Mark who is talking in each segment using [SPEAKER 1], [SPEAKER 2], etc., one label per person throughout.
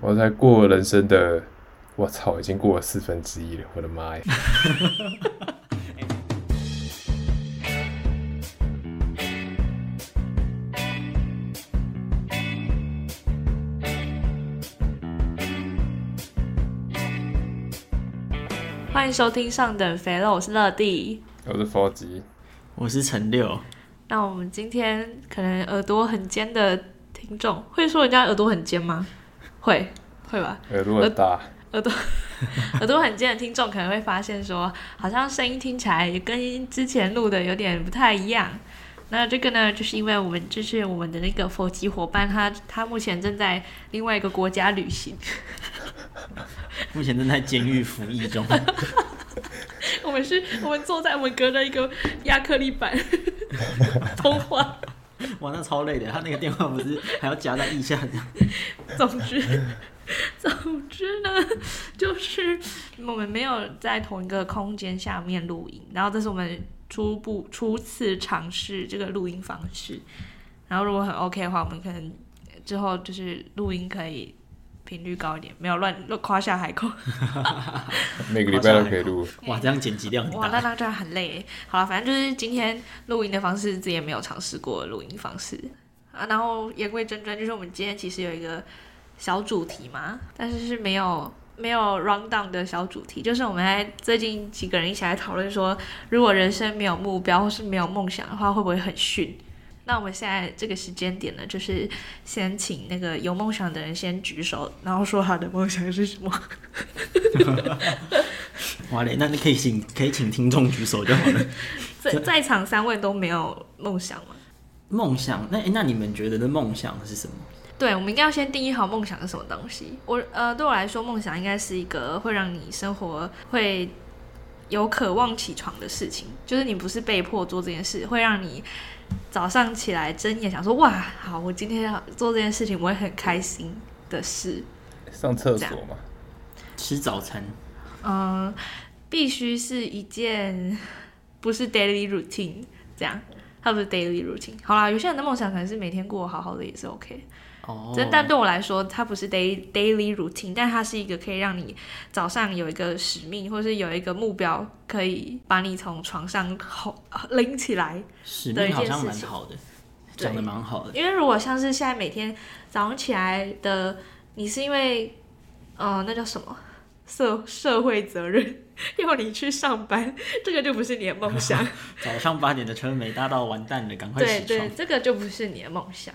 [SPEAKER 1] 我才过人生的，我操，已经过了四分之一了，我的妈呀！
[SPEAKER 2] 欢迎收听《上等肥肉》，我是乐蒂。
[SPEAKER 1] 我是佛吉，
[SPEAKER 3] 我是陈六，
[SPEAKER 2] 那我们今天可能耳朵很尖的听众，会说人家耳朵很尖吗？会，会吧。
[SPEAKER 1] 耳朵很大，
[SPEAKER 2] 耳朵很尖的听众可能会发现说，好像声音听起来也跟之前录的有点不太一样。那这个呢，就是因为我们这是我们的那个佛吉伙伴，他他目前正在另外一个国家旅行，
[SPEAKER 3] 目前正在监狱服役中。
[SPEAKER 2] 我们是我们坐在我们隔着一个亚克力板 通话。
[SPEAKER 3] 哇，那超累的，他那个电话不是还要夹在腋下这样？
[SPEAKER 2] 总之， 总之呢，就是我们没有在同一个空间下面录音，然后这是我们初步初次尝试这个录音方式。然后如果很 OK 的话，我们可能之后就是录音可以频率高一点，没有乱乱夸下海口。
[SPEAKER 1] 每个礼拜都可以录。
[SPEAKER 3] 哇，这样剪辑量很
[SPEAKER 2] 哇，那
[SPEAKER 3] 大。
[SPEAKER 2] 那这样很累耶。好了，反正就是今天录音的方式，自己也没有尝试过的录音方式啊。然后言归正传，就是我们今天其实有一个小主题嘛，但是是没有没有 round down 的小主题，就是我们在最近几个人一起来讨论说，如果人生没有目标或是没有梦想的话，会不会很逊？那我们现在这个时间点呢，就是先请那个有梦想的人先举手，然后说他的梦想是什 么。
[SPEAKER 3] 哇嘞，那你可以请可以请听众举手就好了。
[SPEAKER 2] 在在场三位都没有梦想吗？
[SPEAKER 3] 梦想，那诶那你们觉得的梦想是什么？
[SPEAKER 2] 对，我们应该要先定义好梦想是什么东西。我呃，对我来说，梦想应该是一个会让你生活会有渴望起床的事情，就是你不是被迫做这件事，会让你早上起来睁眼想说哇，好，我今天要做这件事情，我会很开心的事。
[SPEAKER 1] 上厕所嘛，
[SPEAKER 3] 吃早餐，
[SPEAKER 2] 嗯、必须是一件不是 daily routine 这样。它不是 daily routine。好啦，有些人的梦想可能是每天过得好好的，也是 OK。
[SPEAKER 3] 哦，
[SPEAKER 2] 真，但对我来说，它不是 daily daily routine，但它是一个可以让你早上有一个使命，或是有一个目标，可以把你从床上吼呃拎起来。
[SPEAKER 3] 使
[SPEAKER 2] 的一
[SPEAKER 3] 命好
[SPEAKER 2] 件
[SPEAKER 3] 像
[SPEAKER 2] 事
[SPEAKER 3] 蛮
[SPEAKER 2] 情
[SPEAKER 3] 好的，
[SPEAKER 2] 对
[SPEAKER 3] 讲的蛮好的。
[SPEAKER 2] 因为如果像是现在每天早上起来的，你是因为，呃，那叫什么社社会责任要你去上班，这个就不是你的梦 想。
[SPEAKER 3] 早上八点的车没搭到，完蛋了，赶快
[SPEAKER 2] 对
[SPEAKER 3] 起
[SPEAKER 2] 对
[SPEAKER 3] 床。，
[SPEAKER 2] 这个就不是你的梦想。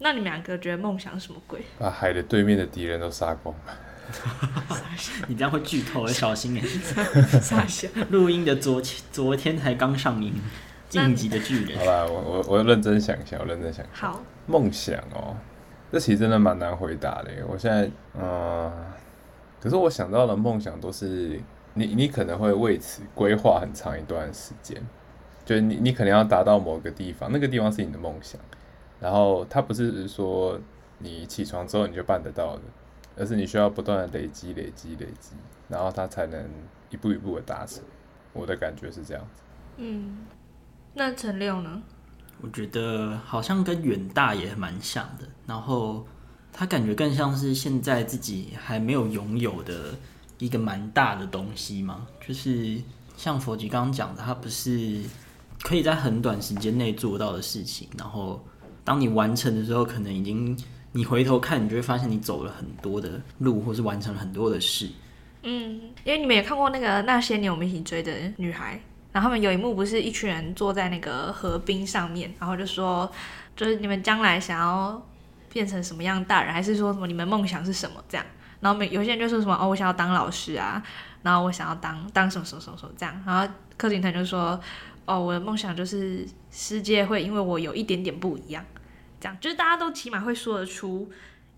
[SPEAKER 2] 那你们两个觉得梦想是什么 鬼？
[SPEAKER 1] 把啊海的对面的敌人都杀光了。
[SPEAKER 3] 你这样会剧透，小心哎。
[SPEAKER 2] 傻笑。
[SPEAKER 3] 录音的昨天昨天才刚上映，《
[SPEAKER 2] 那
[SPEAKER 3] 晋级的巨人
[SPEAKER 1] 好》。啦，我我我认真想一下，我认真想一下。
[SPEAKER 2] 好，
[SPEAKER 1] 梦想哦，这其实真的蛮难回答的耶。我现在，嗯、可是我想到的梦想都是你，你可能会为此规划很长一段时间，就是你，你可能要达到某个地方，那个地方是你的梦想，然后它不是说你起床之后你就办得到的，而是你需要不断的累积、累积、累积，然后它才能一步一步的达成。我的感觉是这样子，
[SPEAKER 2] 嗯，那陈六呢？
[SPEAKER 3] 我觉得好像跟远大也蛮像的，然后他感觉更像是现在自己还没有拥有的一个蛮大的东西嘛，就是像佛吉刚刚讲的，他不是可以在很短时间内做到的事情，然后当你完成的时候，可能已经你回头看，你就会发现你走了很多的路，或是完成了很多的事。
[SPEAKER 2] 嗯，因为你们也看过那个那些年我们一起追的女孩，然后他们有一幕不是一群人坐在那个河滨上面，然后就说，就是你们将来想要变成什么样的大人，还是说什么你们梦想是什么这样？然后每有些人就说什么哦，我想要当老师啊，然后我想要当当什么什么什么什么这样，然后柯景腾就说，哦，我的梦想就是世界会因为我有一点点不一样，这样就是大家都起码会说得出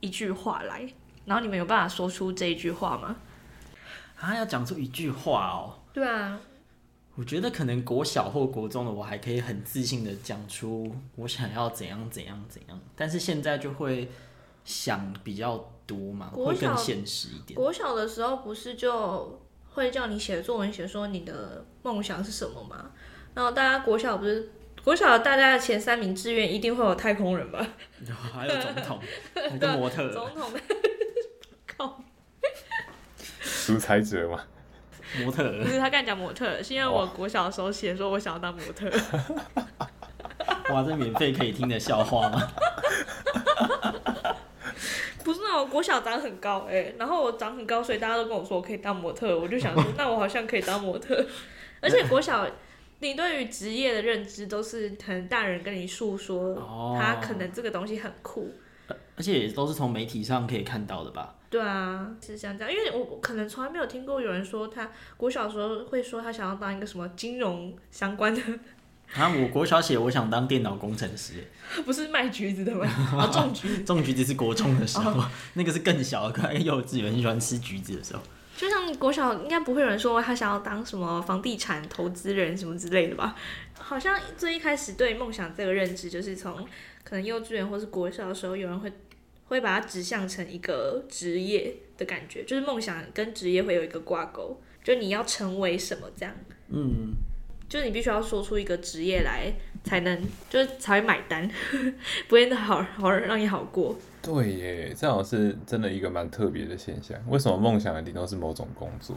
[SPEAKER 2] 一句话来，然后你们有办法说出这一句话吗？
[SPEAKER 3] 啊，要讲出一句话哦，
[SPEAKER 2] 对啊，
[SPEAKER 3] 我觉得可能国小或国中的我还可以很自信的讲出我想要怎样怎样怎样，但是现在就会想比较多嘛，
[SPEAKER 2] 国
[SPEAKER 3] 会
[SPEAKER 2] 小
[SPEAKER 3] 更现实一 点。
[SPEAKER 2] 国小的时候不是就会叫你写作文，写说你的梦想是什么吗？然后大家国小不是国小大家的前三名志愿一定会有太空人吧？
[SPEAKER 3] 还有总统，还有模特儿，
[SPEAKER 2] 总统
[SPEAKER 1] 独裁者嘛，
[SPEAKER 3] 模特
[SPEAKER 2] 不
[SPEAKER 3] 儿，
[SPEAKER 2] 是他刚才讲模特儿，是因为
[SPEAKER 1] 哇
[SPEAKER 2] 我国小的时候写说我想要当模特儿，
[SPEAKER 3] 哇，这免费可以听的笑话吗？
[SPEAKER 2] 不是啊那我国小长很高哎、然后我长很高，所以大家都跟我说我可以当模特儿，我就想说那我好像可以当模特儿，而且国小。你对于职业的认知都是可能大人跟你诉说
[SPEAKER 3] 哦，
[SPEAKER 2] 他可能这个东西很酷，
[SPEAKER 3] 而且也都是从媒体上可以看到的吧？
[SPEAKER 2] 对啊，是像这样，因为我我可能从来没有听过有人说他国小的时候会说他想要当一个什么金融相关的，
[SPEAKER 3] 啊，我国小写我想当电脑工程师，
[SPEAKER 2] 不是卖橘子的吗？啊，种橘子，
[SPEAKER 3] 种橘子是国中的时候，
[SPEAKER 2] 哦
[SPEAKER 3] 那个是更小，快幼稚园喜欢吃橘子的时候。
[SPEAKER 2] 就像国小应该不会有人说他想要当什么房地产投资人什么之类的吧？好像最一开始对梦想这个认知，就是从可能幼稚园或是国小的时候，有人会会把它指向成一个职业的感觉，就是梦想跟职业会有一个挂钩，就你要成为什么这样。
[SPEAKER 3] 嗯，
[SPEAKER 2] 就是你必须要说出一个职业来，才能就是才会买单， 不会好好让你好过。
[SPEAKER 1] 对耶，这好像是真的一个蛮特别的现象。为什么梦想一定都是某种工作？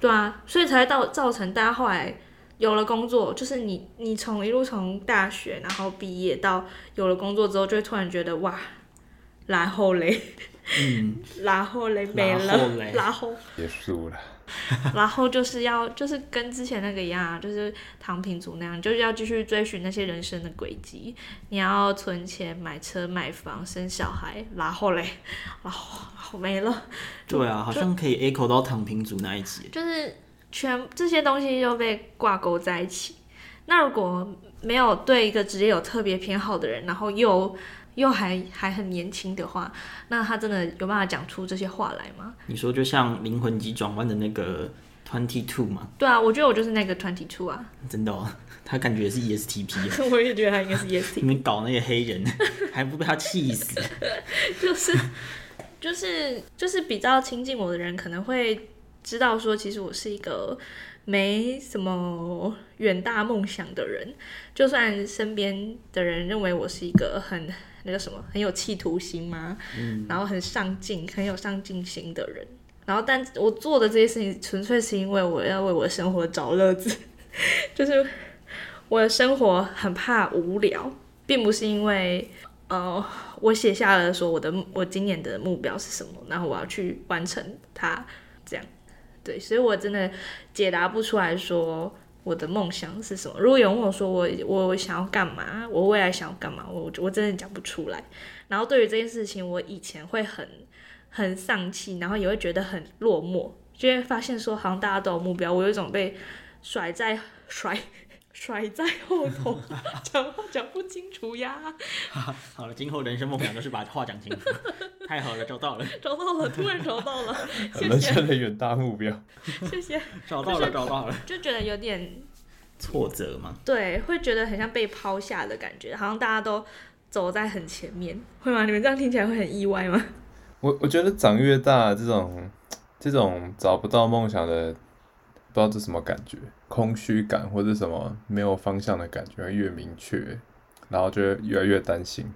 [SPEAKER 2] 对啊，所以才会到造成大家后来有了工作，就是你你从一路从大学然后毕业到有了工作之后，就会突然觉得哇，然后嘞，
[SPEAKER 3] 嗯，
[SPEAKER 2] 然后嘞没
[SPEAKER 3] 然后
[SPEAKER 2] 了
[SPEAKER 3] 嘞，
[SPEAKER 2] 然后
[SPEAKER 1] 结束了，
[SPEAKER 2] 然后就是要就是跟之前那个一样啊，就是躺平族那样，就是要继续追寻那些人生的轨迹。你要存钱、买车、买房、生小孩，然后嘞，然后然后没了，
[SPEAKER 3] 对啊，好像可以 echo 到躺平族那一集。
[SPEAKER 2] 就是全这些东西又被挂钩在一起。那如果没有对一个职业有特别偏好的人，然后又又还还很年轻的话，那他真的有办法讲出这些话来吗？
[SPEAKER 3] 你说就像灵魂急转弯的那个 Twenty Two 嘛，
[SPEAKER 2] 对啊，我觉得我就是那个 twenty two 啊，
[SPEAKER 3] 真的、哦， 他感觉是 E ESTP，
[SPEAKER 2] 我也觉得他应该是 yes
[SPEAKER 3] 你们哦搞那个黑人， 还不被他气死？
[SPEAKER 2] 就是就是就是比较亲近我的人可能会知道说，其实我是一个没什么远大梦想的人。就算身边的人认为我是一个很那个什么很有企图心嘛，然后很上进、很有上进心的人，然后但我做的这些事情纯粹是因为我要为我的生活找乐子， 就是我的生活很怕无聊，并不是因为呃我写下了说我的我今年的目标是什么，然后我要去完成它，这样。对，所以我真的解答不出来说我的梦想是什么。如果有人问我说我我想要干嘛，我未来想要干嘛，我我真的讲不出来。然后对于这件事情，我以前会很很丧气，然后也会觉得很落寞，就会发现说好像大家都有目标，我有一种被甩在甩甩在后头， 讲话讲不清楚呀。
[SPEAKER 3] 好了，今后人生梦想就是把话讲清楚。 太好了，找到了，
[SPEAKER 2] 找到了，突然找到了， 谢
[SPEAKER 1] 人
[SPEAKER 2] 谢
[SPEAKER 1] 生的远大目标。
[SPEAKER 2] 谢谢，
[SPEAKER 3] 找到了，找到了。
[SPEAKER 2] 就觉得有点
[SPEAKER 3] 挫折嘛，
[SPEAKER 2] 对，会觉得很像被抛下的感觉，好像大家都走在很前面，会吗？你们这样听起来会很意外吗？
[SPEAKER 1] 我我觉得长越大，这种这种找不到梦想的，不知道这什么感觉，空虚感或者什么没有方向的感觉会越明确，然后就会越来越担心。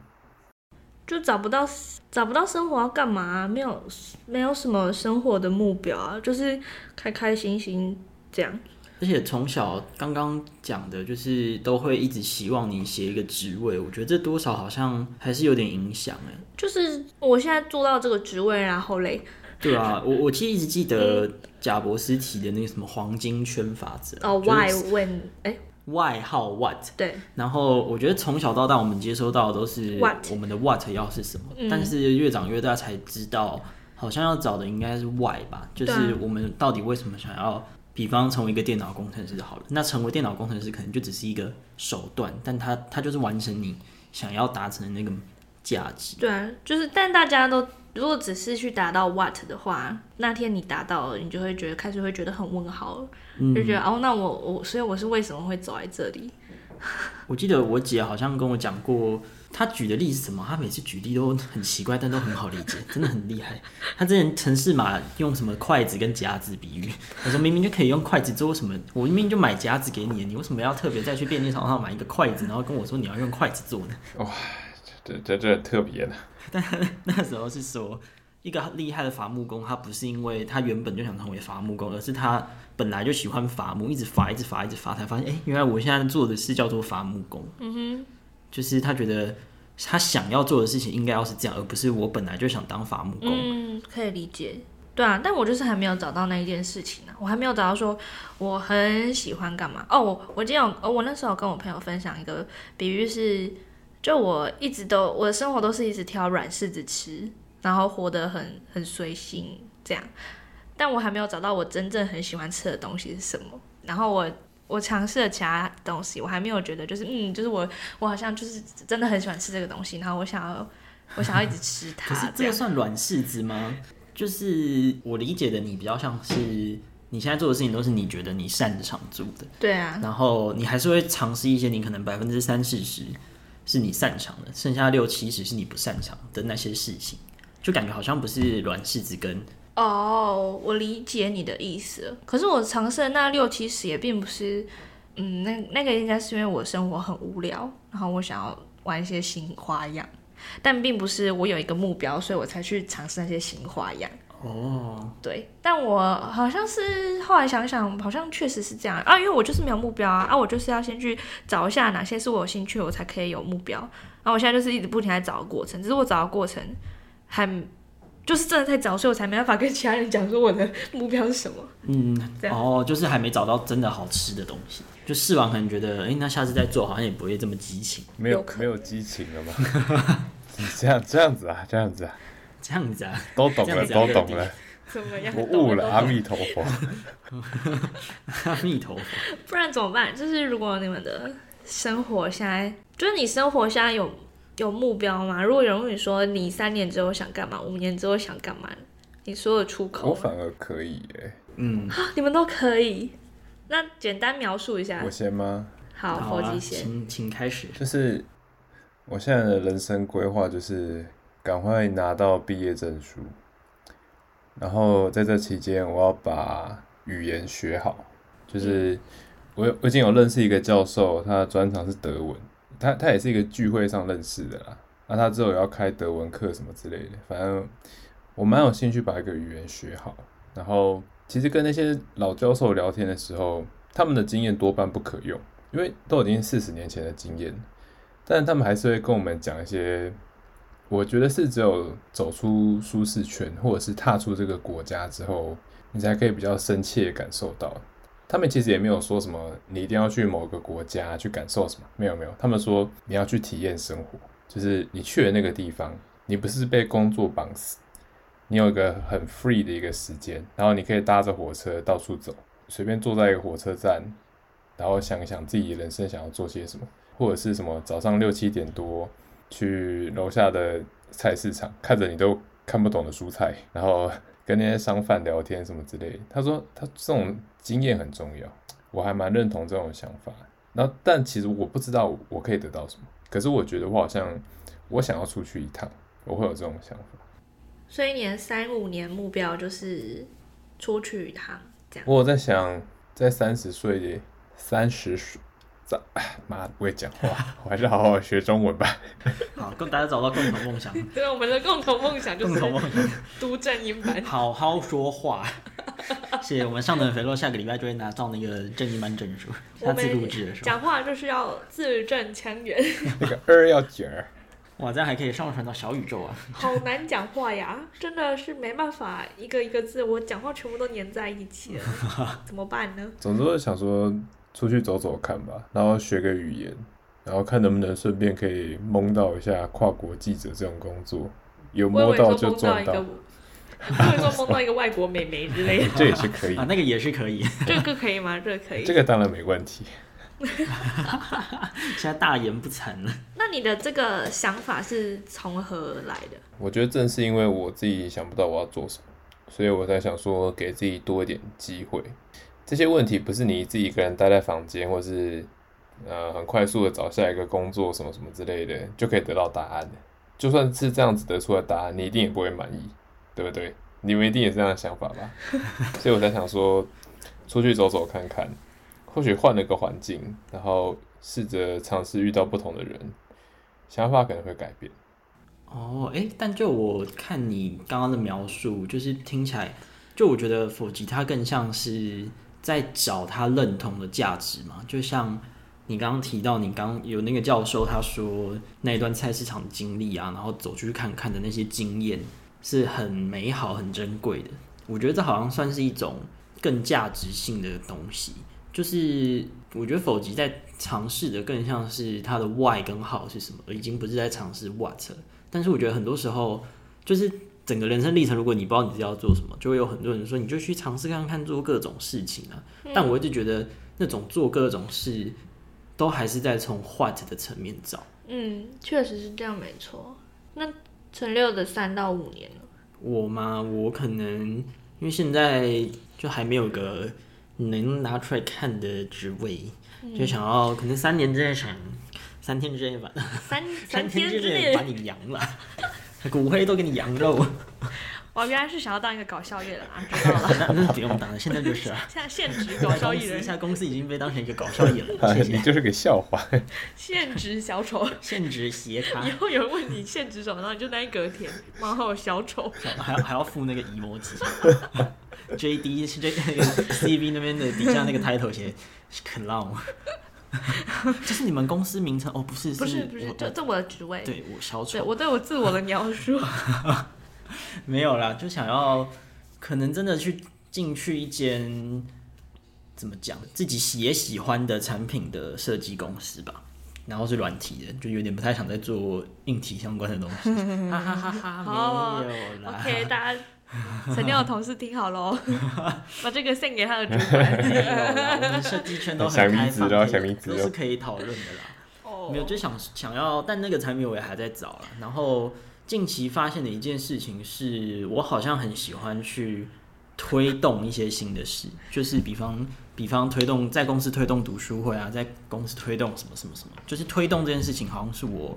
[SPEAKER 2] 就找不到找不到生活要干嘛、啊没有没有什么生活的目标啊，就是开开心心这样。
[SPEAKER 3] 而且从小刚刚讲的，就是都会一直希望你写一个职位，我觉得这多少好像还是有点影响哎。
[SPEAKER 2] 就是我现在做到这个职位，然后嘞，
[SPEAKER 3] 对啊，我我记得一直记得贾博斯提的那个什么黄金圈法则
[SPEAKER 2] 哦
[SPEAKER 3] 就是
[SPEAKER 2] ，why when 哎、
[SPEAKER 3] why how what，
[SPEAKER 2] 对，
[SPEAKER 3] 然后我觉得从小到大我们接收到的都是
[SPEAKER 2] What
[SPEAKER 3] 我们的 what 要是什么，
[SPEAKER 2] 嗯
[SPEAKER 3] 但是越长越大才知道，好像要找的应该是 why 吧，就
[SPEAKER 2] 对
[SPEAKER 3] 是
[SPEAKER 2] 啊
[SPEAKER 3] 我们到底为什么想要。比方从一个电脑工程师好了，那成为电脑工程师可能就只是一个手段，但它它就是完成你想要达成的那个价值。
[SPEAKER 2] 对啊，就是，但大家都如果只是去达到 what 的话，那天你达到了，你就会觉得开始会觉得很问号了，就觉得哦，那我我所以我是为什么会走在这里？
[SPEAKER 3] 我记得我姐好像跟我讲过，她举的例子是什么？她每次举例都很奇怪，但都很好理解，真的很厉害。 她之前城市码用什么筷子跟夹子比喻，我说明明就可以用筷子做为什么，我明明就买夹子给你，你为什么要特别再去便利商店买一个筷子，然后跟我说你要用筷子做呢？
[SPEAKER 1] 这这这很特别的，
[SPEAKER 3] 那时候是说，一个厉害的伐木工，他不是因为他原本就想成为伐木工，而是他本来就喜欢伐木，一直伐，一直伐，一直伐，才发现，哎、原来我现在做的事叫做伐木工。嗯哼，就是他觉得他想要做的事情应该要是这样，而不是我本来就想当伐木工。
[SPEAKER 2] 嗯，可以理解。对啊，但我就是还没有找到那一件事情呢、啊我还没有找到说我很喜欢干嘛。哦，我我今天有，哦，我那时候有跟我朋友分享一个比喻是，就我一直都我的生活都是一直挑软柿子吃，然后活得很很随心这样，但我还没有找到我真正很喜欢吃的东西是什么。然后我我尝试了其他东西，我还没有觉得就是嗯，就是我我好像就是真的很喜欢吃这个东西，然后我想要我想要一直吃它。
[SPEAKER 3] 可是
[SPEAKER 2] 这
[SPEAKER 3] 这
[SPEAKER 2] 样
[SPEAKER 3] 个算软柿子吗？就是我理解的，你比较像是你现在做的事情都是你觉得你擅长做的，
[SPEAKER 2] 对啊，
[SPEAKER 3] 然后你还是会尝试一些你可能百分之三四十是你擅长的，剩下六七十是你不擅长的那些事情，就感觉好像不是软柿子跟
[SPEAKER 2] 哦，我理解你的意思了。可是我尝试的那六七十也并不是，嗯，那那个应该是因为我生活很无聊，然后我想要玩一些新花样，但并不是我有一个目标，所以我才去尝试那些新花样。
[SPEAKER 3] 哦，
[SPEAKER 2] 对，但我好像是后来想想，好像确实是这样啊，因为我就是没有目标啊，啊，我就是要先去找一下哪些是我有兴趣，我才可以有目标。然后我现在就是一直不停地在找的过程，只是我找的过程还就是真的太早，所以我才没办法跟其他人讲说我的目标是什么。
[SPEAKER 3] 嗯，
[SPEAKER 2] 这样
[SPEAKER 3] 哦，就是还没找到真的好吃的东西，就试完可能觉得，哎、那下次再做好像也不会这么激情，
[SPEAKER 1] 没有
[SPEAKER 2] 有可
[SPEAKER 1] 没有激情了吗？ 这样这样子啊，这样子啊，
[SPEAKER 3] 这样子啊，
[SPEAKER 1] 都懂
[SPEAKER 3] 这
[SPEAKER 1] 了，
[SPEAKER 3] 样子
[SPEAKER 1] 都
[SPEAKER 3] 啊
[SPEAKER 1] 懂了，
[SPEAKER 2] 怎么样？
[SPEAKER 1] 我悟了，
[SPEAKER 2] 懂
[SPEAKER 1] 阿弥陀佛。
[SPEAKER 3] 阿弥陀佛，
[SPEAKER 2] 不然怎么办？就是如果你们的生活现在，就是你生活现在有有目标吗？如果有人问你说你三年之后想干嘛，五年之后想干嘛，你说得出口
[SPEAKER 1] 我
[SPEAKER 2] 吗？
[SPEAKER 1] 反而可以耶，
[SPEAKER 3] 嗯，
[SPEAKER 2] 你们都可以。那简单描述一下
[SPEAKER 1] 我，先吗？
[SPEAKER 2] 好，佛
[SPEAKER 3] 好啊
[SPEAKER 2] 吉，先。
[SPEAKER 3] 请请开始，
[SPEAKER 1] 就是我现在的人生规划就是赶快拿到毕业证书，然后在这期间我要把语言学好。就是我有我已经有认识一个教授，他的专长是德文，他他也是一个聚会上认识的啦。那他之后也要开德文课什么之类的，反正我蛮有兴趣把一个语言学好。然后其实跟那些老教授聊天的时候，他们的经验多半不可用，因为都已经四十年前的经验了，但他们还是会跟我们讲一些，我觉得是只有走出舒适圈，或者是踏出这个国家之后，你才可以比较深切地感受到。他们其实也没有说什么你一定要去某个国家去感受什么，没有没有，他们说你要去体验生活，就是你去了那个地方，你不是被工作绑死，你有一个很 free 的一个时间，然后你可以搭着火车到处走，随便坐在一个火车站，然后想一想自己人生想要做些什么，或者是什么早上六七点多去楼下的菜市场，看着你都看不懂的蔬菜，然后跟那些商贩聊天什么之类的。他说他这种经验很重要，我还蛮认同这种想法。然后，但其实我不知道我可以得到什么，可是我觉得我好像我想要出去一趟，我会有这种想法。
[SPEAKER 2] 所以你的三五年目标就是出去一趟，这样。
[SPEAKER 1] 我有在想，在三十岁、三十岁，在哎妈不会讲话，我还是好好学中文吧。
[SPEAKER 3] 好，跟大家找到共同梦想，
[SPEAKER 2] 对，啊我们的共同梦想
[SPEAKER 3] 共同梦想。
[SPEAKER 2] 读正音版。
[SPEAKER 3] 好好 说话。谢谢我们上等肥肉，下个礼拜就会拿到那个正一班证书。
[SPEAKER 2] 我
[SPEAKER 3] 下次录
[SPEAKER 2] 们
[SPEAKER 3] 制的时候，
[SPEAKER 2] 讲话就是要字正腔圆，
[SPEAKER 1] 那个二要卷儿，
[SPEAKER 3] 哇，这样还可以上传到小宇宙啊！
[SPEAKER 2] 好难讲话呀，真的是没办法，一个一个字，我讲话全部都粘在一起了，怎么办呢？
[SPEAKER 1] 总之我想说出去走走看吧，然后学个语言，然后看能不能顺便可以蒙到一下跨国记者这种工作，有
[SPEAKER 2] 我以
[SPEAKER 1] 摸
[SPEAKER 2] 为说
[SPEAKER 1] 到
[SPEAKER 2] 梦
[SPEAKER 1] 就
[SPEAKER 2] 到
[SPEAKER 1] 赚
[SPEAKER 2] 一个， 我以为说梦到一个外国美眉之类的，
[SPEAKER 1] 这也是可以
[SPEAKER 3] 啊，，那个也是可以。
[SPEAKER 2] 这个可以吗？这个可以
[SPEAKER 1] 这。个当然没问题。
[SPEAKER 3] 现在大言不惭了。
[SPEAKER 2] 那你的这个想法是从何而来的？
[SPEAKER 1] 我觉得正是因为我自己想不到我要做什么，所以我才想说给自己多一点机会。这些问题不是你自己一个人待在房间，或是呃很快速的找下一个工作什么什么之类的就可以得到答案的。就算是这样子得出的答案，你一定也不会满意，对不对？你们一定也是这样的想法吧？所以我才想说出去走走看看，或许换了个环境，然后试着尝试遇到不同的人，想法可能会改变。
[SPEAKER 3] 哦，哎，但就我看你刚刚的描述，就是听起来，就我觉得否极它更像是在找他认同的价值嘛，就像你刚刚提到，你刚有那个教授他说那一段菜市场的经历啊，然后走出去看看的那些经验是很美好、很珍贵的。我觉得这好像算是一种更价值性的东西，就是我觉得否极在尝试的更像是它的 why 跟 how 是什么，已经不是在尝试 what 了。但是我觉得很多时候，就是整个人生历程，如果你不知道你自己要做什么，就会有很多人说你就去尝试看看做各种事情啊。但我一直觉得那种做各种事，都还是在从 what 的层面找。
[SPEAKER 2] 嗯，确实是这样，没错。那陈六的三到五年呢？
[SPEAKER 3] 我嘛，我可能因为现在就还没有个能拿出来看的职位，就想要可能三年之内想，三天之内把
[SPEAKER 2] 三
[SPEAKER 3] 三
[SPEAKER 2] 三天
[SPEAKER 3] 之
[SPEAKER 2] 之
[SPEAKER 3] 内把
[SPEAKER 2] 内，
[SPEAKER 3] 你扬了， 骨灰都给你扬肉，
[SPEAKER 2] 我原来是想要当一个搞笑艺人啊，知道了。
[SPEAKER 3] 那那不用当了，现在就是啊。
[SPEAKER 2] 现在现职搞笑艺
[SPEAKER 3] 公司现
[SPEAKER 2] 人，
[SPEAKER 3] 在公司已经被当成一个搞笑艺人
[SPEAKER 1] 啊
[SPEAKER 3] 了，谢
[SPEAKER 1] 你
[SPEAKER 3] 谢。
[SPEAKER 1] 就是个笑话。
[SPEAKER 2] 现职小丑。
[SPEAKER 3] 限职斜 咖
[SPEAKER 2] 以，后有人问你现职什么，然后你就那一格填，然后小丑。
[SPEAKER 3] 还要还要附那个 emoji。J D 是 J C B 那边的底下那个 title 写是 clown，这是你们公司名称哦，不是
[SPEAKER 2] 不是
[SPEAKER 3] 是
[SPEAKER 2] 不是
[SPEAKER 3] 我，
[SPEAKER 2] 这这我的职位。
[SPEAKER 3] 对啊我小
[SPEAKER 2] 对
[SPEAKER 3] 丑
[SPEAKER 2] 我对我自我的描 述。
[SPEAKER 3] 没有啦，就想要可能真的去进去一间怎么讲自己也喜欢的产品的设计公司吧。然后是软体的，就有点不太想再做硬体相关的东西，哈哈哈哈，
[SPEAKER 2] 哦
[SPEAKER 3] 没有啦。
[SPEAKER 2] OK，大 家陈亮的同事听好喽，把这个献给他的主
[SPEAKER 3] 没有
[SPEAKER 2] 管。
[SPEAKER 3] 啦，我们设计圈都很
[SPEAKER 1] 小
[SPEAKER 3] 开
[SPEAKER 1] 迷子
[SPEAKER 3] 放，
[SPEAKER 1] 咯
[SPEAKER 3] 可以
[SPEAKER 1] 小迷子
[SPEAKER 3] 都
[SPEAKER 1] 咯
[SPEAKER 3] 是可以讨论的啦。
[SPEAKER 2] 哦
[SPEAKER 3] 没有，就想想要，但那个产品我也还在找啦。然后近期发现的一件事情是，我好像很喜欢去推动一些新的事，就是比方比方推动在公司推动读书会啊，在公司推动什么什么什么，就是推动这件事情好像是我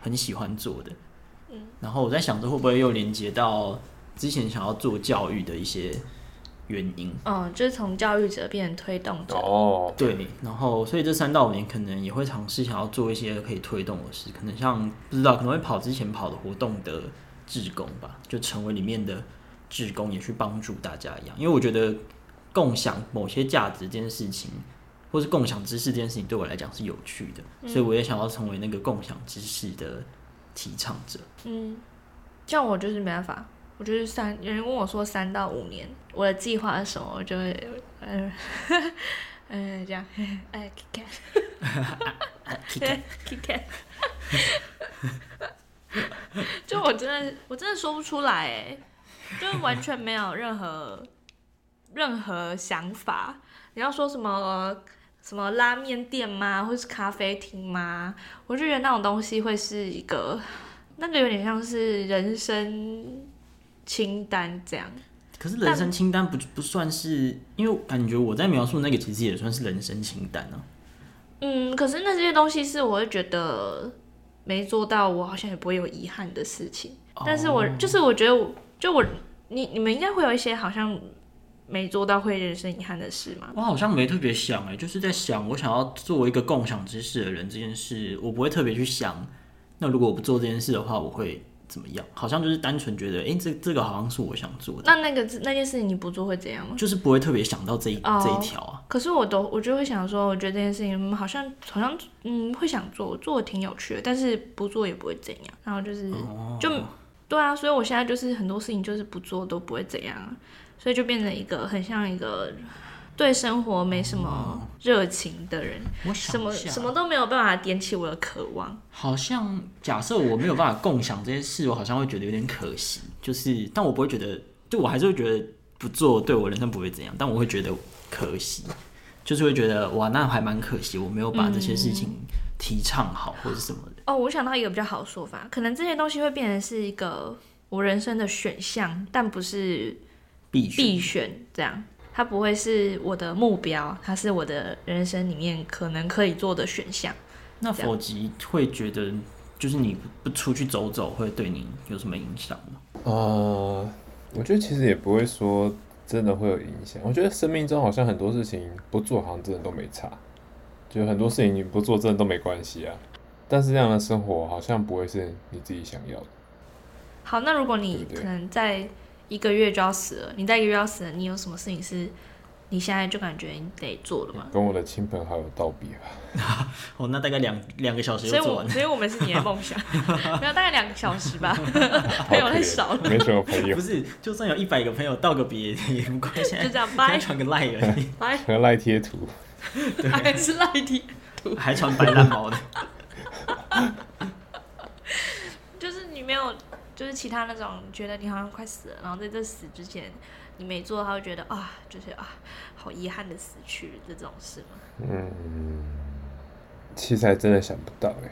[SPEAKER 3] 很喜欢做的。嗯，然后我在想着会不会又连接到之前想要做教育的一些原因。
[SPEAKER 2] 嗯，就是从教育者变成推动者。
[SPEAKER 1] 哦，
[SPEAKER 3] 对，然后所以这三到五年可能也会尝试想要做一些可以推动的事，可能像不知道可能会跑之前跑的活动的志工吧，就成为里面的志工，也去帮助大家一样。因为我觉得共享某些价值这件事情，或是共享知识这件事情，对我来讲是有趣的，所以我也想要成为那个共享知识的提倡者。
[SPEAKER 2] 嗯，这样我就是没办法，我就是三，有人问我说三到五年我的计划是什么，我就会，嗯、 呃，嗯、这样， 哎，Kit Kat，
[SPEAKER 3] 哎
[SPEAKER 2] Kit Kat，就我真的我真的说不出来哎，就完全没有任何任何想法。你要说什么呃什么拉面店吗，或是咖啡厅吗？我就觉得那种东西会是一个，那个有点像是人生清单这样。
[SPEAKER 3] 可是人生清单不不算是，因为我感觉我在描述那个其实也算是人生清单啊。
[SPEAKER 2] 嗯，可是那些东西是我会觉得没做到，我好像也不会有遗憾的事情。但是我就是我觉得我，就我你你们应该会有一些好像没做到会人生遗憾的事嘛。
[SPEAKER 3] 我好像没特别想哎、就是在想我想要作为一个共享知识的人这件事，我不会特别去想。那如果我不做这件事的话，我会怎么样？好像就是单纯觉得，哎、这这个好像是我想做的，
[SPEAKER 2] 那那个那件事情你不做会怎样吗？
[SPEAKER 3] 就是不会特别想到这一、
[SPEAKER 2] 哦
[SPEAKER 3] 这一条啊。
[SPEAKER 2] 可是我都我就会想说，我觉得这件事情嗯好像好像嗯会想做，我做的挺有趣的，但是不做也不会怎样。然后就是、
[SPEAKER 3] 哦
[SPEAKER 2] 就对啊，所以我现在就是很多事情就是不做都不会怎样啊，所以就变成一个很像一个对生活没什么热情的人，
[SPEAKER 3] 我
[SPEAKER 2] 什
[SPEAKER 3] 想
[SPEAKER 2] 么
[SPEAKER 3] 一下
[SPEAKER 2] 什么都没有办法点起我的渴望。
[SPEAKER 3] 好像假设我没有办法共享这些事，我好像会觉得有点可惜。就是，但我不会觉得，就我还是会觉得不做对我人生不会怎样，但我会觉得可惜，就是会觉得哇，那还蛮可惜，我没有把这些事情提倡好或者什么的。
[SPEAKER 2] 哦，我想到一个比较好的说法，可能这些东西会变成是一个我人生的选项，但不是
[SPEAKER 3] 必须
[SPEAKER 2] 必选这样。它不会是我的目标，它是我的人生里面可能可以做的选项。
[SPEAKER 3] 那否极会觉得，就是你不出去走走，会对你有什么影响吗？
[SPEAKER 1] 呃，我觉得其实也不会说真的会有影响。我觉得生命中好像很多事情不做，好像真的都没差，就很多事情你不做真的都没关系啊。但是那样的生活好像不会是你自己想要的。
[SPEAKER 2] 好，那如果你
[SPEAKER 1] 对不对
[SPEAKER 2] 可能在一个月就要死了，你在一个月要死了，你有什么事情是你现在就感觉你得做的吗？
[SPEAKER 1] 跟我的亲朋好友道别吧。
[SPEAKER 3] 哦，那大概两两个小时
[SPEAKER 2] 所
[SPEAKER 3] 就
[SPEAKER 2] 以
[SPEAKER 3] 做
[SPEAKER 2] 我
[SPEAKER 3] 完了，
[SPEAKER 2] 所以我们是你的梦 想，没有大概两个小时吧，
[SPEAKER 1] 好
[SPEAKER 2] 朋
[SPEAKER 1] 可
[SPEAKER 2] 友太
[SPEAKER 1] 怜
[SPEAKER 2] 少了，
[SPEAKER 1] 没什么朋 友
[SPEAKER 3] 不，是，就算有一百个朋友道个别也不过现在
[SPEAKER 2] 就这样
[SPEAKER 3] 现在
[SPEAKER 2] 拜
[SPEAKER 3] 传个赖而已，
[SPEAKER 2] 拜，
[SPEAKER 1] 和赖贴图。
[SPEAKER 2] 还是赖题。
[SPEAKER 3] 还传白烂毛的，
[SPEAKER 2] 就是你没有，就是其他那种觉得你好像快死了，然后在这死之前你没做，他会觉得啊，就是啊，好遗憾的死去这种事吗？
[SPEAKER 1] 嗯，其实还真的想不到哎、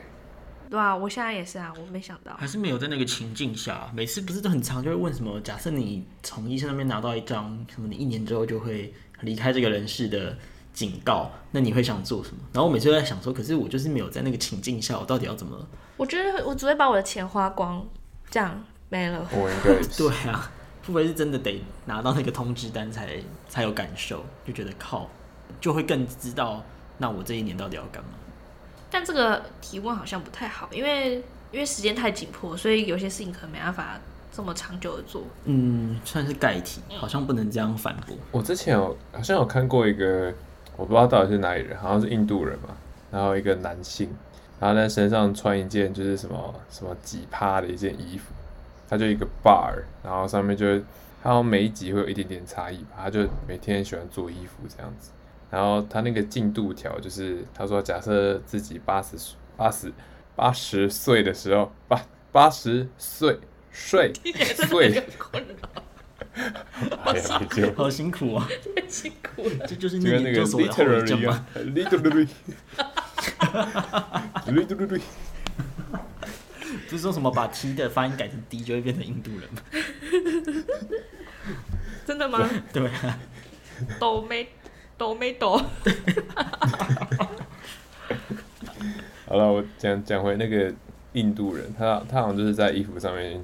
[SPEAKER 2] 对啊，我现在也是啊，我没想 到
[SPEAKER 3] 还是没有在那个情境下。每次不是都很常就会问什么？假设你从医生那边拿到一张什么，你一年之后就会离开这个人世的警告，那你会想做什么？然后我每次都在想说，可是我就是没有在那个情境下，我到底要怎 么？
[SPEAKER 2] 我觉得我只会把我的钱花光，这样没了。
[SPEAKER 1] 我应该也是
[SPEAKER 3] 对啊，会不会是真的得拿到那个通知单才才有感受？就觉得靠，就会更知道那我这一年到底要干嘛？
[SPEAKER 2] 但这个提问好像不太好，因为因为时间太紧迫，所以有些事情可能没办法这么长久的做。
[SPEAKER 3] 嗯，算是盖题，好像不能这样反驳。
[SPEAKER 1] 我之前有好像有看过一个，我不知道到底是哪里人，好像是印度人嘛，然后一个男性，然后他身上穿一件就是什么什么几趴的一件衣服，他就一个 bar，然后上面就他好像每一集会有一点点差异吧，他就每天喜欢做衣服这样子，然后他那个进度条就是他说假设自己八十八十八十岁的时候八八十岁睡
[SPEAKER 2] 这
[SPEAKER 1] 睡
[SPEAKER 2] 个，困扰，
[SPEAKER 1] 哎呀，没救。
[SPEAKER 3] 好辛苦啊！
[SPEAKER 2] 太辛苦了。
[SPEAKER 3] 这就是
[SPEAKER 1] 就
[SPEAKER 3] 那
[SPEAKER 1] 跟那
[SPEAKER 3] 研
[SPEAKER 1] 个
[SPEAKER 3] 究所的后遗症
[SPEAKER 1] literally
[SPEAKER 3] 吗？
[SPEAKER 1] 啊，literally，literally，
[SPEAKER 3] 不是说什么把 T 的发音改成 D 就会变成印度人吗？
[SPEAKER 2] 真的吗？
[SPEAKER 3] 对啊，
[SPEAKER 2] 抖没抖没抖？
[SPEAKER 1] 好了，我讲讲回那个印度人，他他好像就是在衣服上面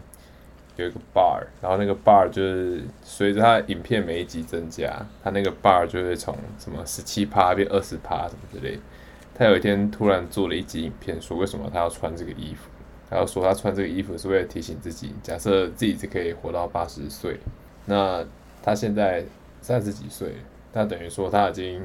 [SPEAKER 1] 有一个 bar，然后那个 bar 就是随着他影片每一集增加，他那个 bar 就会从什么十七趴变二十趴什么之类的。他有一天突然做了一集影片，说为什么他要穿这个衣服，然后说他穿这个衣服是为了提醒自己，假设自己是可以活到八十岁，那他现在三十几岁，那等于说他已经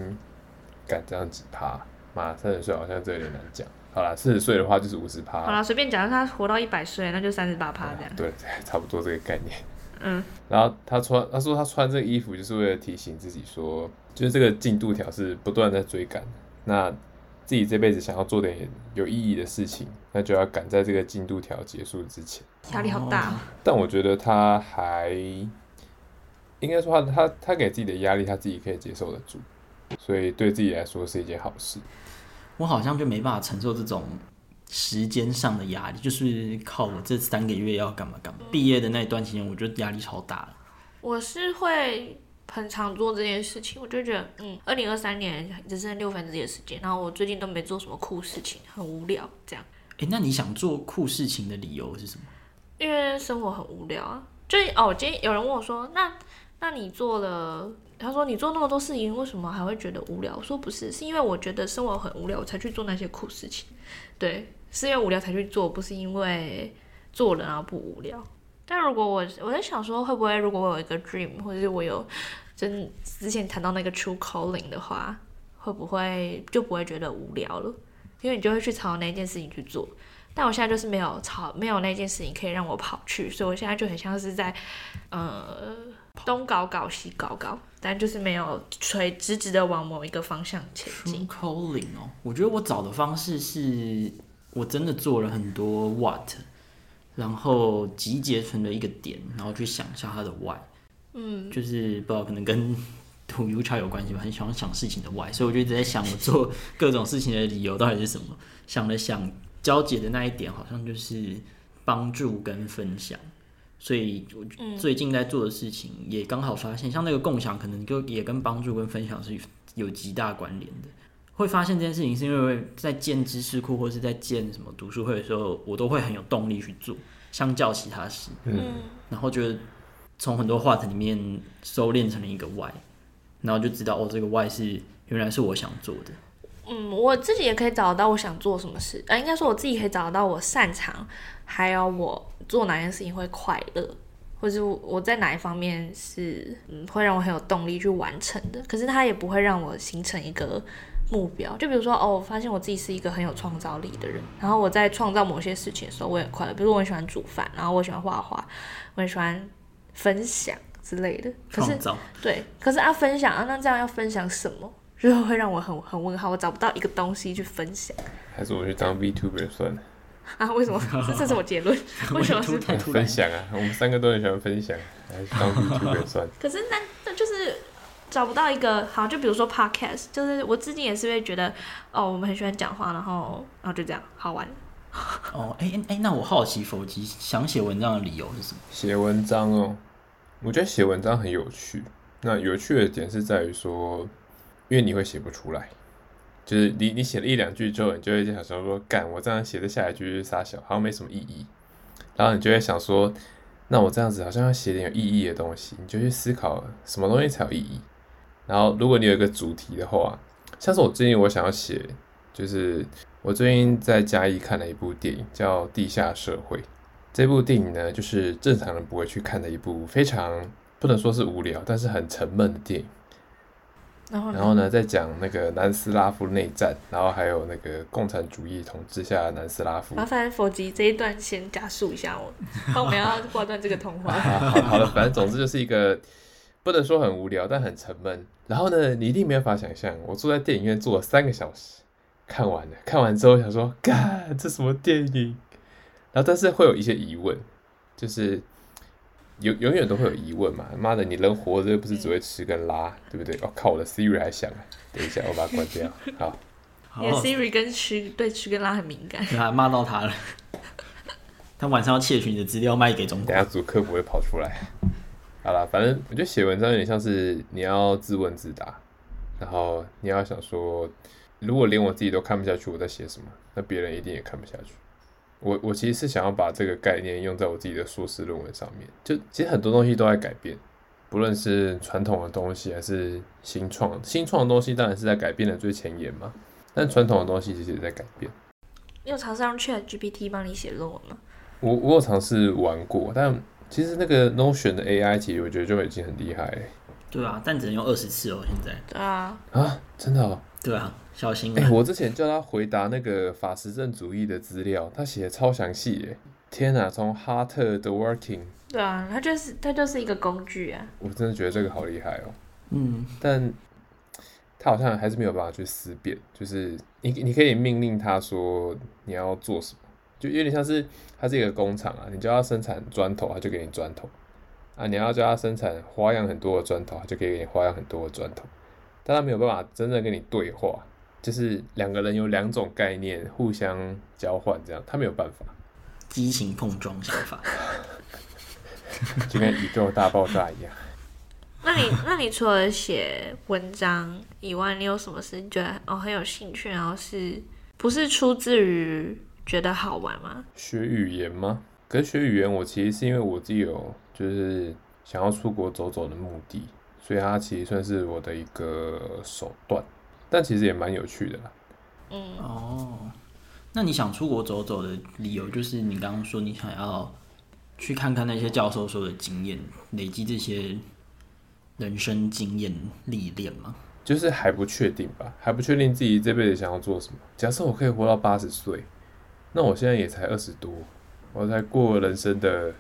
[SPEAKER 1] 敢这样几趴，妈三十岁好像这有点难讲。好啦，四十岁的话就是五十趴，
[SPEAKER 2] 好啦，随便讲，他活到一百岁，那就三十八趴这样。
[SPEAKER 1] 对， 差不多这个概念。
[SPEAKER 2] 嗯，
[SPEAKER 1] 然后他穿，他说他穿这个衣服就是为了提醒自己说，就是这个进度条是不断在追赶的，那自己这辈子想要做点有意义的事情，那就要赶在这个进度条结束之前。
[SPEAKER 2] 压力好大哦。
[SPEAKER 1] 但我觉得他还应该说他他他给自己的压力，他自己可以接受得住，所以对自己来说是一件好事。
[SPEAKER 3] 我好像就没办法承受这种时间上的压力，就是靠我这三个月要干嘛干嘛。毕业的那一段期间，我觉得压力超大了。
[SPEAKER 2] 我是会很常做这件事情，我就觉得，嗯，二零二三年只剩六分之一的时间，然后我最近都没做什么酷事情，很无聊这样，
[SPEAKER 3] 诶，那你想做酷事情的理由是什么？
[SPEAKER 2] 因为生活很无聊啊。就是哦，今天有人问我说，那那你做了，他说你做那么多事情，为什么还会觉得无聊？我说不是，是因为我觉得生活很无聊，我才去做那些酷事情。对，是因为无聊才去做，不是因为做了然后不无聊。但如果我我在想说，会不会如果我有一个 dream，或者是我有真之前谈到那个 true calling 的话，会不会就不会觉得无聊了？因为你就会去朝那件事情去做。但我现在就是没有朝没有那件事情可以让我跑去，所以我现在就很像是在呃东搞搞西搞搞，但就是没有垂直直的往某一个方向前
[SPEAKER 3] True
[SPEAKER 2] 进。
[SPEAKER 3] calling 哦，我觉得我找的方式是我真的做了很多 what，然后集结成了一个点，然后去想一下它的 why。嗯，就是不知道可能跟土油桥有关系吧，很喜欢想事情的 why，所以我就一直在想我做各种事情的理由到底是什么。想了想，交结的那一点好像就是帮助跟分享。所以我
[SPEAKER 2] 嗯
[SPEAKER 3] 最近在做的事情也刚好发现，像那个共享，可能就也跟帮助跟分享是有极大关联的。会发现这件事情，是因为在建知识库或是在建什么读书会的时候，我都会很有动力去做，相较其他事，
[SPEAKER 2] 嗯，
[SPEAKER 3] 然后觉得从很多话题里面收敛成了一个 why，然后就知道哦，这个 why 是原来是我想做的，
[SPEAKER 2] 嗯，我自己也可以找到我想做什么事，呃，应该说我自己可以找到我擅长，还有我做哪件事情会快乐，或者我在哪一方面是嗯会让我很有动力去完成的。可是它也不会让我形成一个目标。就比如说，哦，我发现我自己是一个很有创造力的人，然后我在创造某些事情的时候，我也很快乐。比如我很喜欢煮饭，然后我喜欢画画，我很喜欢分享之类的。可是
[SPEAKER 3] 创造。，
[SPEAKER 2] 对，可是啊，分享啊，那这样要分享什么？就是会让我很很问号，我找不到一个东西去分享
[SPEAKER 1] 还是我去当 VTuber 算了？
[SPEAKER 2] 啊？为什么？这这是我结论为什么是
[SPEAKER 3] 突？太突然
[SPEAKER 1] 分？享啊，我们三个都很喜欢分享，还是当 VTuber 算了？
[SPEAKER 2] 可是那那就是找不到一个好，就比如说 podcast，就是我最近也是会觉得哦，我们很喜欢讲话，然后然后就这样好玩。
[SPEAKER 3] 哦，哎、哎、哎那我好奇否极想写文章的理由是什么？
[SPEAKER 1] 写文章哦，我觉得写文章很有趣。那有趣的点是在于说，因为你会写不出来，就是你你写了一两句之后，你就会想说说，干，我这样写的下一句就是傻小，好像没什么意义。然后你就会想说，那我这样子好像要写点有意义的东西，你就去思考什么东西才有意义。然后如果你有一个主题的话，像是我最近我想要写，就是我最近在嘉义看了一部电影叫《地下社会》。这部电影呢，就是正常人不会去看的一部非常不能说是无聊，但是很沉闷的电影。
[SPEAKER 2] 然后
[SPEAKER 1] 然后呢，在讲那个南斯拉夫内战，然后还有那个共产主义统治下的南斯拉夫。
[SPEAKER 2] 麻烦否极这一段先加速一下我，那我们要挂断这个通话。
[SPEAKER 1] 啊， 好好了，反正总之就是一个不能说很无聊，但很沉闷。然后呢，你一定没有办法想象，我坐在电影院坐了三个小时，看完了，看完之后想说，干，这什么电影？然后但是会有一些疑问，就是永永远都会有疑问嘛。妈的，你人活着又不是只会吃跟拉，对不对？我、靠，我的 Siri 还响啊，等一下我把它关掉。好，
[SPEAKER 3] 好
[SPEAKER 2] 你的 Siri 跟吃对吃跟拉很敏感，
[SPEAKER 3] 对啊，骂到他了。他晚上要窃取你的资料卖给中
[SPEAKER 1] 等
[SPEAKER 3] 国
[SPEAKER 1] 一。下主客不会跑出来。好啦，反正我觉得写文章有点像是你要自问自答，然后你要想说，如果连我自己都看不下去我在写什么，那别人一定也看不下去。我我其实是想要把这个概念用在我自己的硕士论文上面，就其实很多东西都在改变，不论是传统的东西还是新创，新创的东西当然是在改变的最前沿嘛，但传统的东西其实也在改变。
[SPEAKER 2] 你有尝试让 Chat GPT 帮你写论文吗？
[SPEAKER 1] 我我有尝试玩过，但其实那个 Notion 的 AI 其实我觉得就已经很厉害了
[SPEAKER 3] 对啊，但只能用二十次哦，现在。
[SPEAKER 2] 对啊，
[SPEAKER 1] 啊！真的哦，
[SPEAKER 3] 对啊，小心
[SPEAKER 1] 哎、
[SPEAKER 3] 啊！
[SPEAKER 1] 我之前叫他回答那个法实证主义的资料，他写的超详细耶！天哪，从哈特的 Working，
[SPEAKER 2] 对啊，它就是它就是一个工具啊。
[SPEAKER 1] 我真的觉得这个好厉害哦。
[SPEAKER 3] 嗯，
[SPEAKER 1] 但他好像还是没有办法去思辨，就是你你可以命令他说你要做什么，就有点像是它是一个工厂啊，你叫它生产砖头，它就给你砖头啊；你要叫它生产花样很多的砖头，它就可以给你花样很多的砖头，但它没有办法真正跟你对话，就是两个人有两种概念互相交换，这样他没有办法，
[SPEAKER 3] 激情碰撞想法。
[SPEAKER 1] 就跟宇宙大爆炸一样。
[SPEAKER 2] 那你那你除了写文章以外，你有什么事你觉得哦很有兴趣，然后是不是出自于觉得好玩吗？
[SPEAKER 1] 学语言吗？可是学语言，我其实是因为我自己有就是想要出国走走的目的，所以它其实算是我的一个手段，但其实也蛮有趣的啦。
[SPEAKER 2] 嗯，
[SPEAKER 3] 哦，那你想出国走走的理由，就是你刚刚说你想要去看看那些教授说的经验，累积这些人生经验历练吗？
[SPEAKER 1] 就是还不确定吧，还不确定自己这辈子想要做什么。假设我可以活到八十岁，那我现在也才二十多，我才过人生的，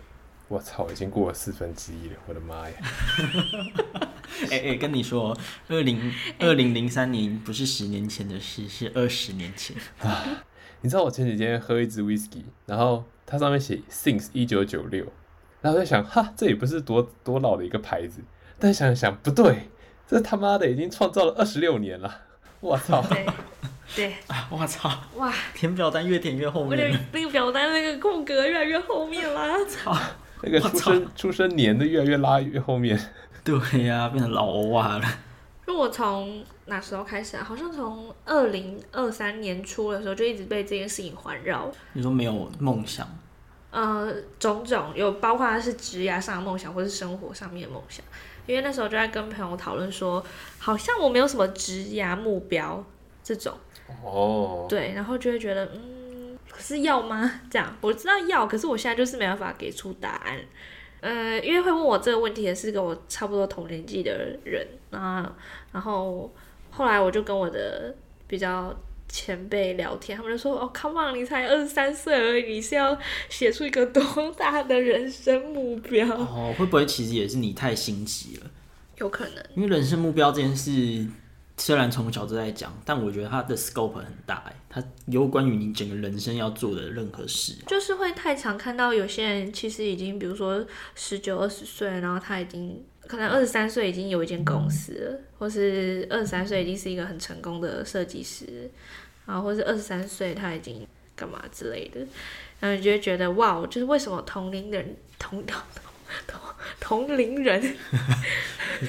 [SPEAKER 1] 我操，已经过了四分之一了，我的妈呀！
[SPEAKER 3] 哎、哎、跟你说，二零
[SPEAKER 2] 哎
[SPEAKER 3] 二零零三年不是十年前的事，是二十年前。
[SPEAKER 1] 你知道我前几天喝一支 whisky，然后它上面写 since 一九九六，然后我就想，哈，这也不是多多老的一个牌子，但想想不对，这他妈的已经创造了二十六年了，我 操！
[SPEAKER 2] 对对，
[SPEAKER 3] 啊！我操，
[SPEAKER 2] 哇，
[SPEAKER 3] 填表单越填越后
[SPEAKER 2] 我的
[SPEAKER 3] 面。
[SPEAKER 2] 那个表单那个空格越来越后面啦。
[SPEAKER 1] 那个
[SPEAKER 3] 我
[SPEAKER 1] 出
[SPEAKER 3] 操
[SPEAKER 1] 生出生年的越来越拉越后面，
[SPEAKER 3] 对呀、变成老欧啊了。
[SPEAKER 2] 就我从哪时候开始啊？好像从二零二三年初的时候就一直被这件事情环绕，
[SPEAKER 3] 你说没有梦想，
[SPEAKER 2] 呃，种种有包括是职涯上的梦想，或是生活上面的梦想。因为那时候就在跟朋友讨论说，好像我没有什么职涯目标这种，
[SPEAKER 1] 哦，
[SPEAKER 2] 对，然后就会觉得，嗯，可是要吗？ 这样我知道要，可是我现在就是没办法给出答案。呃，因为会问我这个问题的是跟我差不多同年纪的人啊，然后后来我就跟我的比较前辈聊天，他们就说：“哦，Come on，你才二十三岁而已，你是要写出一个多大的人生目标？”
[SPEAKER 3] 哦，会不会其实也是你太心急了？
[SPEAKER 2] 有可能，
[SPEAKER 3] 因为人生目标这件事，虽然从小就在讲，但我觉得它的 scope 很大，哎，它有关于你整个人生要做的任何 事。
[SPEAKER 2] 就是会太常看到有些人其实已经，比如说十九、二十岁，然后他已经可能二十三岁已经有一间公司了，或是二十三岁已经是一个很成功的设计师，然后或是二十三岁他已经干嘛之类的，然后你就会觉得哇，我就是为什么同龄的人同同同同龄人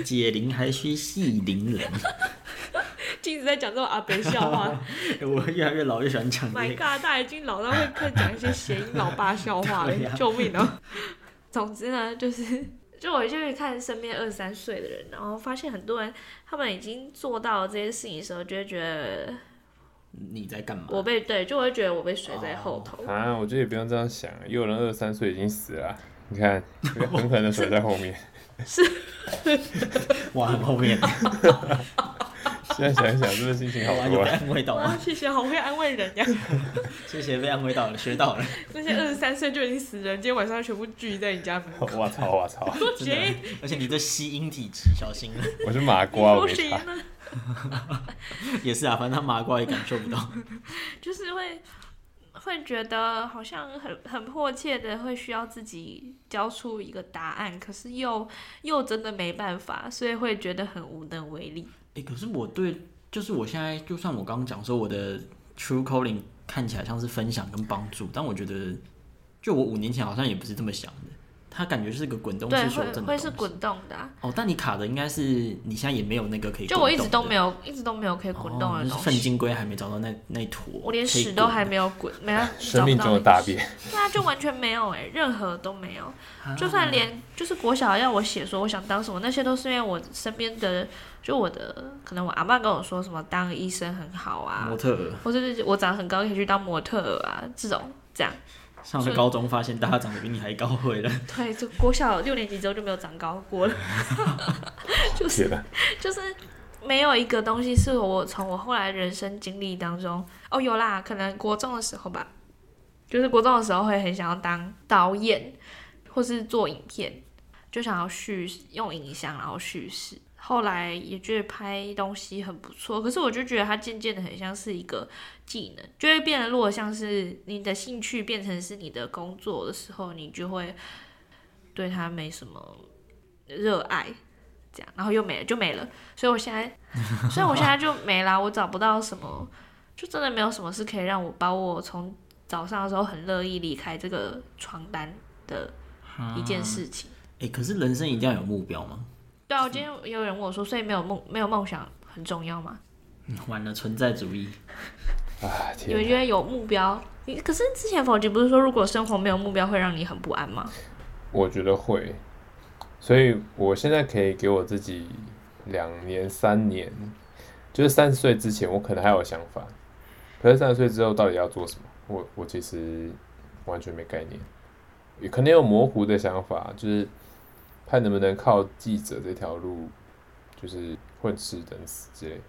[SPEAKER 3] 解铃还需系铃人，
[SPEAKER 2] 一直在讲这种阿北笑话
[SPEAKER 3] 我越来越老，越喜欢讲
[SPEAKER 2] ，My
[SPEAKER 3] 这个。
[SPEAKER 2] God，他已经老到会会讲一些谐音老爸笑话 了
[SPEAKER 3] 对啊，
[SPEAKER 2] 救命哦！总之呢，就是 就我就会看身边二三岁的人，然后发现很多人他们已经做到了这些事情的时候，就会觉得
[SPEAKER 3] 你在干嘛？
[SPEAKER 2] 我被对，就会觉得我被甩在后头。
[SPEAKER 1] 啊，我觉得也不用这样想，也有人二十三岁已经死了啊、你 看，被狠狠的甩在后面。
[SPEAKER 3] 哇，很后 面，
[SPEAKER 1] 现在想一想，真的心情好
[SPEAKER 3] 哇，
[SPEAKER 1] 多
[SPEAKER 3] 有被
[SPEAKER 1] 了。
[SPEAKER 3] 安慰到
[SPEAKER 2] 哇
[SPEAKER 3] 吗，？
[SPEAKER 2] 谢谢，好会安慰人呀！
[SPEAKER 3] 谢谢被安慰到了，学到了，
[SPEAKER 2] 那些二十三岁就已经死人，今天晚上全部聚在你家门 口。
[SPEAKER 1] 我操我操，
[SPEAKER 2] 不
[SPEAKER 3] 真的
[SPEAKER 2] 行，。
[SPEAKER 3] 而且你这吸音体质，小心 了。
[SPEAKER 1] 我是麻瓜，我
[SPEAKER 2] 不
[SPEAKER 1] 没
[SPEAKER 2] 行啊
[SPEAKER 1] 差。
[SPEAKER 2] 了，
[SPEAKER 3] 也是啊，反正他麻瓜也感受不到。
[SPEAKER 2] 就是会会觉得好像很很迫切的会需要自己交出一个答案，可是又又真的没办法，所以会觉得很无能为力。
[SPEAKER 3] 哎、可是我对，就是我现在，就算我刚刚讲说我的 True Calling 看起来像是分享跟帮助，但我觉得，就我五年前好像也不是这么想的。它感觉是个滚动
[SPEAKER 2] 对，
[SPEAKER 3] 式修
[SPEAKER 2] 会
[SPEAKER 3] 正的
[SPEAKER 2] 会
[SPEAKER 3] 东
[SPEAKER 2] 是
[SPEAKER 3] 西。
[SPEAKER 2] 滚动的啊、
[SPEAKER 3] 哦，但你卡的应该是你现在也没有那个可以滚动的。
[SPEAKER 2] 就我一直都没有，一直都没有可以滚动
[SPEAKER 3] 哦
[SPEAKER 2] 的
[SPEAKER 3] 就是
[SPEAKER 2] 东
[SPEAKER 3] 粪
[SPEAKER 2] 西。
[SPEAKER 3] 金龟还没找到那那一坨，
[SPEAKER 2] 我连
[SPEAKER 3] 可以
[SPEAKER 2] 屎都
[SPEAKER 3] 滚
[SPEAKER 2] 还没有滚， 没有
[SPEAKER 1] 生命中的大。便，
[SPEAKER 2] 对啊，就完全没有哎、任何都没有。
[SPEAKER 3] 啊
[SPEAKER 2] 就算连就是国小要我写说我想当什么，那些都是因为我身边的，就我的可能我阿妈跟我说什么当医生很好啊，
[SPEAKER 3] 模特儿。
[SPEAKER 2] 或者是我长得很高可以去当模特儿啊，这种这样。
[SPEAKER 3] 上了高中发现大家长得比你还高会了，
[SPEAKER 2] 对，就国小六年级之后就没有长高过了，就是
[SPEAKER 1] 天哪！
[SPEAKER 2] 就是没有一个东西是我从我后来人生经历当中，哦有啦，可能国中的时候吧，就是国中的时候会很想要当导演或是做影片，就想要叙用影像然后叙事。后来也觉得拍东西很不错，可是我就觉得它渐渐的很像是一个技能，就会变得如果像是你的兴趣变成是你的工作的时候，你就会对它没什么热爱，这样，然后又没了就没了。所以我现 在，所以我现在就没啦，我找不到什么，就真的没有什么是可以让我把我从早上的时候很乐意离开这个床单的一件事情。
[SPEAKER 3] 哎、可是人生一定要有目标吗？
[SPEAKER 2] 对啊，我今天有人问我说，所以没有梦，没有梦想很重要吗？
[SPEAKER 3] 嗯完了，存在主义，
[SPEAKER 1] 啊
[SPEAKER 2] 你们
[SPEAKER 1] 天
[SPEAKER 2] 觉得有目标？你可是之前否极不是说，如果生活没有目标会让你很不安吗？
[SPEAKER 1] 我觉得会，所以我现在可以给我自己两年、三年，就是三十岁之前，我可能还有想法，可是三十岁之后到底要做什么，我我其实完全没概念，也可能有模糊的想法，就是看能不能靠记者这条路，就是混吃等死之类，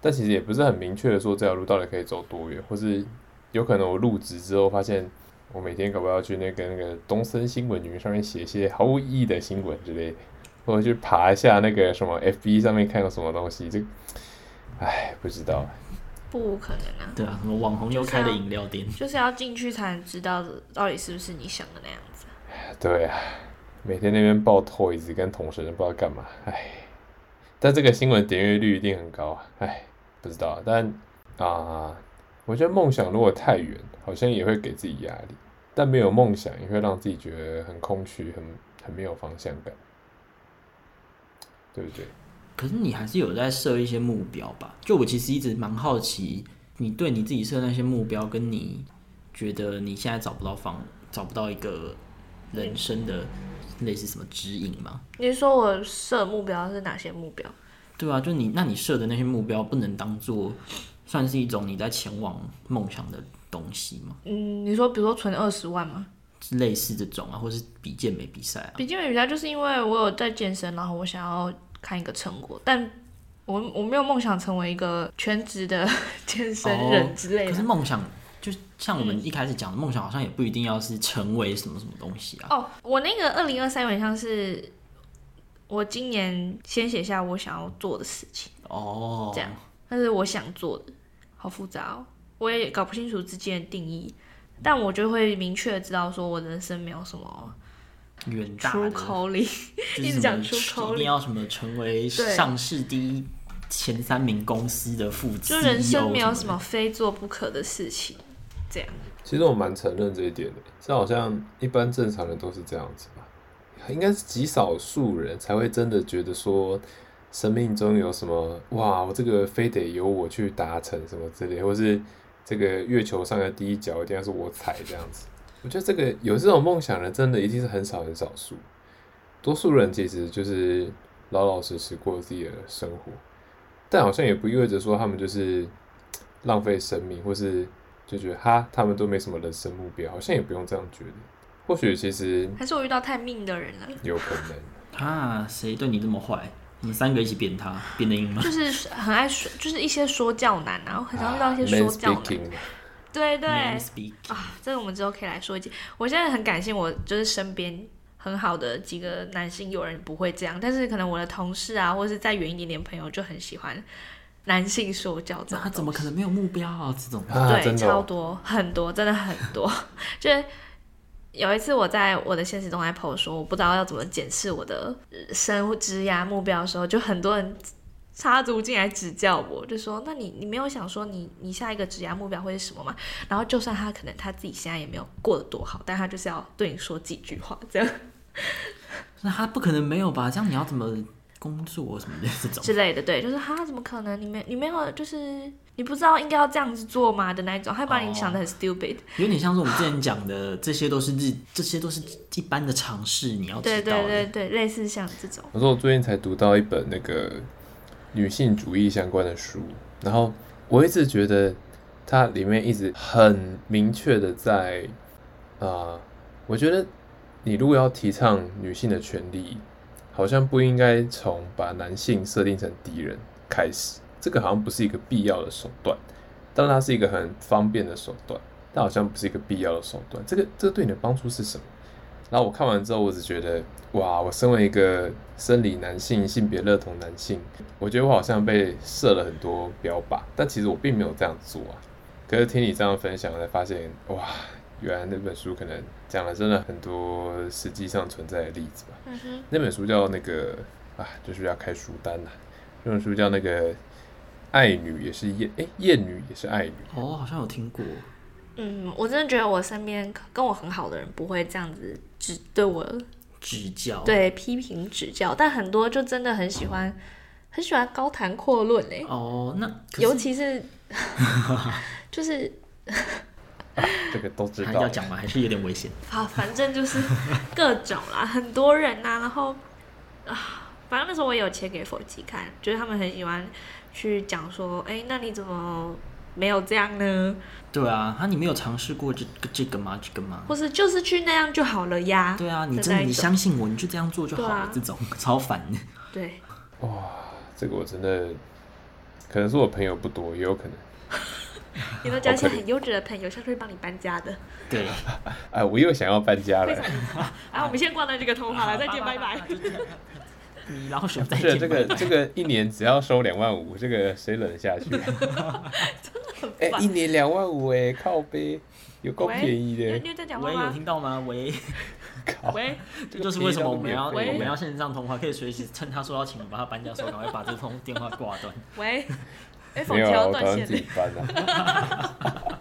[SPEAKER 1] 但其实也不是很明确的说这条路到底可以走多远，或是有可能我入职之后发现。我每天搞不好去那个那个东森新闻云上面写一些毫无意义的新闻之类的，或者去爬一下那个什么 FB 上面看有什么东西，就，唉，不知道。
[SPEAKER 2] 不可能啊，
[SPEAKER 3] 对啊，什么网红又开了饮料店，
[SPEAKER 2] 就是要进去才能知道到底是不是你想的那样子。
[SPEAKER 1] 对啊，每天那边报 Toys 跟同神不知道干嘛，唉。但这个新闻点阅率一定很高啊，唉，不知道啊。但啊、我觉得梦想如果太远，好像也会给自己压力；但没有梦想，也会让自己觉得很空虚，很很没有方向感，对不对？
[SPEAKER 3] 可是你还是有在设一些目标吧？就我其实一直蛮好奇，你对你自己设那些目标，跟你觉得你现在找不到方，找不到一个人生的类似什么指引吗？
[SPEAKER 2] 你是说我设目标是哪些目标？
[SPEAKER 3] 对啊，就你那你设的那些目标，不能当做算是一种你在前往梦想的东西嘛，
[SPEAKER 2] 嗯，你说比如说存二十万吗？
[SPEAKER 3] 类似这种啊，或是比健美比赛啊，
[SPEAKER 2] 比基尼比赛就是因为我有在健身，然后我想要看一个成果，但我我没有梦想成为一个全职的 健身人之类
[SPEAKER 3] 哦可是
[SPEAKER 2] 的。
[SPEAKER 3] 梦想就像我们一开始讲的，梦想好像也不一定要是成为什么什么东西啊。
[SPEAKER 2] 哦，我那个二零二三有点像是我今年先写下我想要做的事情，
[SPEAKER 3] 哦，
[SPEAKER 2] 这样但是我想做的，好复杂哦，我也搞不清楚之间的定义。但我就会明确地知道，说我人生没有什么
[SPEAKER 3] 远大
[SPEAKER 2] 出
[SPEAKER 3] 的，
[SPEAKER 2] 口里，
[SPEAKER 3] 就是
[SPEAKER 2] 一直
[SPEAKER 3] 什么
[SPEAKER 2] 讲出口
[SPEAKER 3] 一
[SPEAKER 2] 里
[SPEAKER 3] 定要什么成为
[SPEAKER 2] 对
[SPEAKER 3] 上市第一前三名公司的 E 负 责，
[SPEAKER 2] 就人生没有什么非做不可的事情，这样。
[SPEAKER 1] 其实我蛮承认这一点的，这好像一般正常人都是这样子吧，应该是极少数人才会真的觉得说，生命中有什么哇，我这个非得由我去达成什么之类，或是这个月球上的第一脚一定要是我踩这样子。我觉得这个有这种梦想的，真的一定是很少很少数，多数人其实就是老老实实过自己的生活，但好像也不意味着说他们就是嘖浪费生命，或是就觉得哈，他们都没什么人生目标，好像也不用这样觉得。或许其实
[SPEAKER 2] 还是我遇到太命的人了，
[SPEAKER 1] 有可能，
[SPEAKER 3] 啊？谁对你这么坏？我们三个一起扁他，扁得赢 吗？
[SPEAKER 2] 就是很爱说，就是一些说教男啊，我很常遇到一些说
[SPEAKER 1] man
[SPEAKER 2] 教男。
[SPEAKER 1] speaking，
[SPEAKER 2] 对对
[SPEAKER 3] Man speak
[SPEAKER 2] 啊，这个我们之后可以来说一集。我现在很感谢我就是身边很好的几个男性友人不会这样，但是可能我的同事啊，或是再远一点点朋友就很喜欢男性说教这种
[SPEAKER 3] 那他
[SPEAKER 2] 东西
[SPEAKER 3] 怎么可能没有目标啊？这种
[SPEAKER 1] 啊，
[SPEAKER 2] 对，
[SPEAKER 1] 真的
[SPEAKER 2] 超
[SPEAKER 1] 哦、
[SPEAKER 2] 多，很多，真的很多。 就是有一次我在我的现实动态 PO 说，我不知道要怎么检视我的呃生职涯目标的时候，就很多人插足进来指教我，就说：“那你你没有想说你你下一个职涯目标会是什么吗？”然后就算他可能他自己现在也没有过得多好，但他就是要对你说几句话，这样
[SPEAKER 3] 那他不可能没有吧？这样你要怎么工作什么的这种？
[SPEAKER 2] 之类的。对，就是哈，怎么可能？你没你没有就是。你不知道应该要这样子做吗的那一种，他把你
[SPEAKER 3] 哦
[SPEAKER 2] 想的很 stupid，、
[SPEAKER 3] 有点像是我们之前讲的，这些都是日，这些都是一般的常识，你要知道
[SPEAKER 2] 对
[SPEAKER 3] 的。
[SPEAKER 2] 对对对，类似像这种。
[SPEAKER 1] 我说我最近才读到一本那个女性主义相关的书，然后我一直觉得它里面一直很明确的在啊、呃我觉得你如果要提倡女性的权利，好像不应该从把男性设定成敌人开始，这个好像不是一个必要的手段，当然它是一个很方便的手段，但好像不是一个必要的手段。这个这个对你的帮助是什么？然后我看完之后，我只觉得，哇，我身为一个生理男性、性别认同男性，我觉得我好像被设了很多标靶，但其实我并没有这样做啊。可是听你这样分享，才发现，哇，原来那本书可能讲了真的很多实际上存在的例子吧。
[SPEAKER 2] 嗯哼。
[SPEAKER 1] 那本书叫那个啊，就是要开书单啦、那本书叫那个《爱女也是艳》，哎，艳女也是爱女。
[SPEAKER 3] 哦，好像有听过。
[SPEAKER 2] 嗯，我真的觉得我身边跟我很好的人不会这样子指对我
[SPEAKER 3] 指教，，
[SPEAKER 2] 对批评指教，但很多就真的很喜欢，很喜欢高谈阔论嘞、
[SPEAKER 3] 哦，那可
[SPEAKER 2] 尤
[SPEAKER 3] 是
[SPEAKER 2] 其 是就是
[SPEAKER 1] 这个都知
[SPEAKER 3] 还
[SPEAKER 1] 道
[SPEAKER 3] 要。讲吗？还是有点危险。
[SPEAKER 2] 好，啊反正就是各种啦，很多人呐、然后啊，啊反正那时候我也有切给否极看，就是他们很喜欢去讲说，哎，那你怎么没有这样呢？
[SPEAKER 3] 对啊，那、你没有尝试过这个这个吗？这个吗？
[SPEAKER 2] 或是就是去那样就好了呀？
[SPEAKER 3] 对啊，你
[SPEAKER 2] 的
[SPEAKER 3] 真
[SPEAKER 2] 那
[SPEAKER 3] 的
[SPEAKER 2] 一
[SPEAKER 3] 你
[SPEAKER 2] 种
[SPEAKER 3] 相信我，你就这样做就好了。
[SPEAKER 2] 对啊
[SPEAKER 3] 这种超烦 的，
[SPEAKER 2] 对，
[SPEAKER 1] 哇，这个我真的，可能是我朋友不多，也有可能。
[SPEAKER 2] 你都交一些
[SPEAKER 1] 好可怜
[SPEAKER 2] 很优质的朋友，下次会帮你搬家的。
[SPEAKER 3] 对。
[SPEAKER 1] 哎，我又想要搬家
[SPEAKER 2] 非
[SPEAKER 1] 了
[SPEAKER 2] 常。啊，我们先挂断这个通话了，再见，拜拜。
[SPEAKER 3] 就这样。你老手再
[SPEAKER 1] 是啊
[SPEAKER 3] 见，
[SPEAKER 1] 这
[SPEAKER 3] 拜
[SPEAKER 1] 个
[SPEAKER 3] 拜
[SPEAKER 1] 这个一年只要收两万五，这个谁忍得 下去？哎、一年两万五哎，靠背，有够
[SPEAKER 2] 喂
[SPEAKER 1] 便宜
[SPEAKER 2] 有
[SPEAKER 1] 的。
[SPEAKER 2] 你有在讲话
[SPEAKER 3] 喂，有
[SPEAKER 2] 吗？
[SPEAKER 3] 听到 吗？喂，
[SPEAKER 2] 喂，
[SPEAKER 3] 这就是为什么我们要我
[SPEAKER 1] 便宜到都免费
[SPEAKER 3] 们要线上通话，可以随时趁他说要请我们帮他搬家的时候，赶快把这通电话挂断。
[SPEAKER 2] 喂，哎，否
[SPEAKER 1] 没有啊，
[SPEAKER 2] 条
[SPEAKER 1] 我打
[SPEAKER 2] 断
[SPEAKER 1] 算
[SPEAKER 2] 线
[SPEAKER 1] 自己
[SPEAKER 2] 嘞。
[SPEAKER 1] 搬的、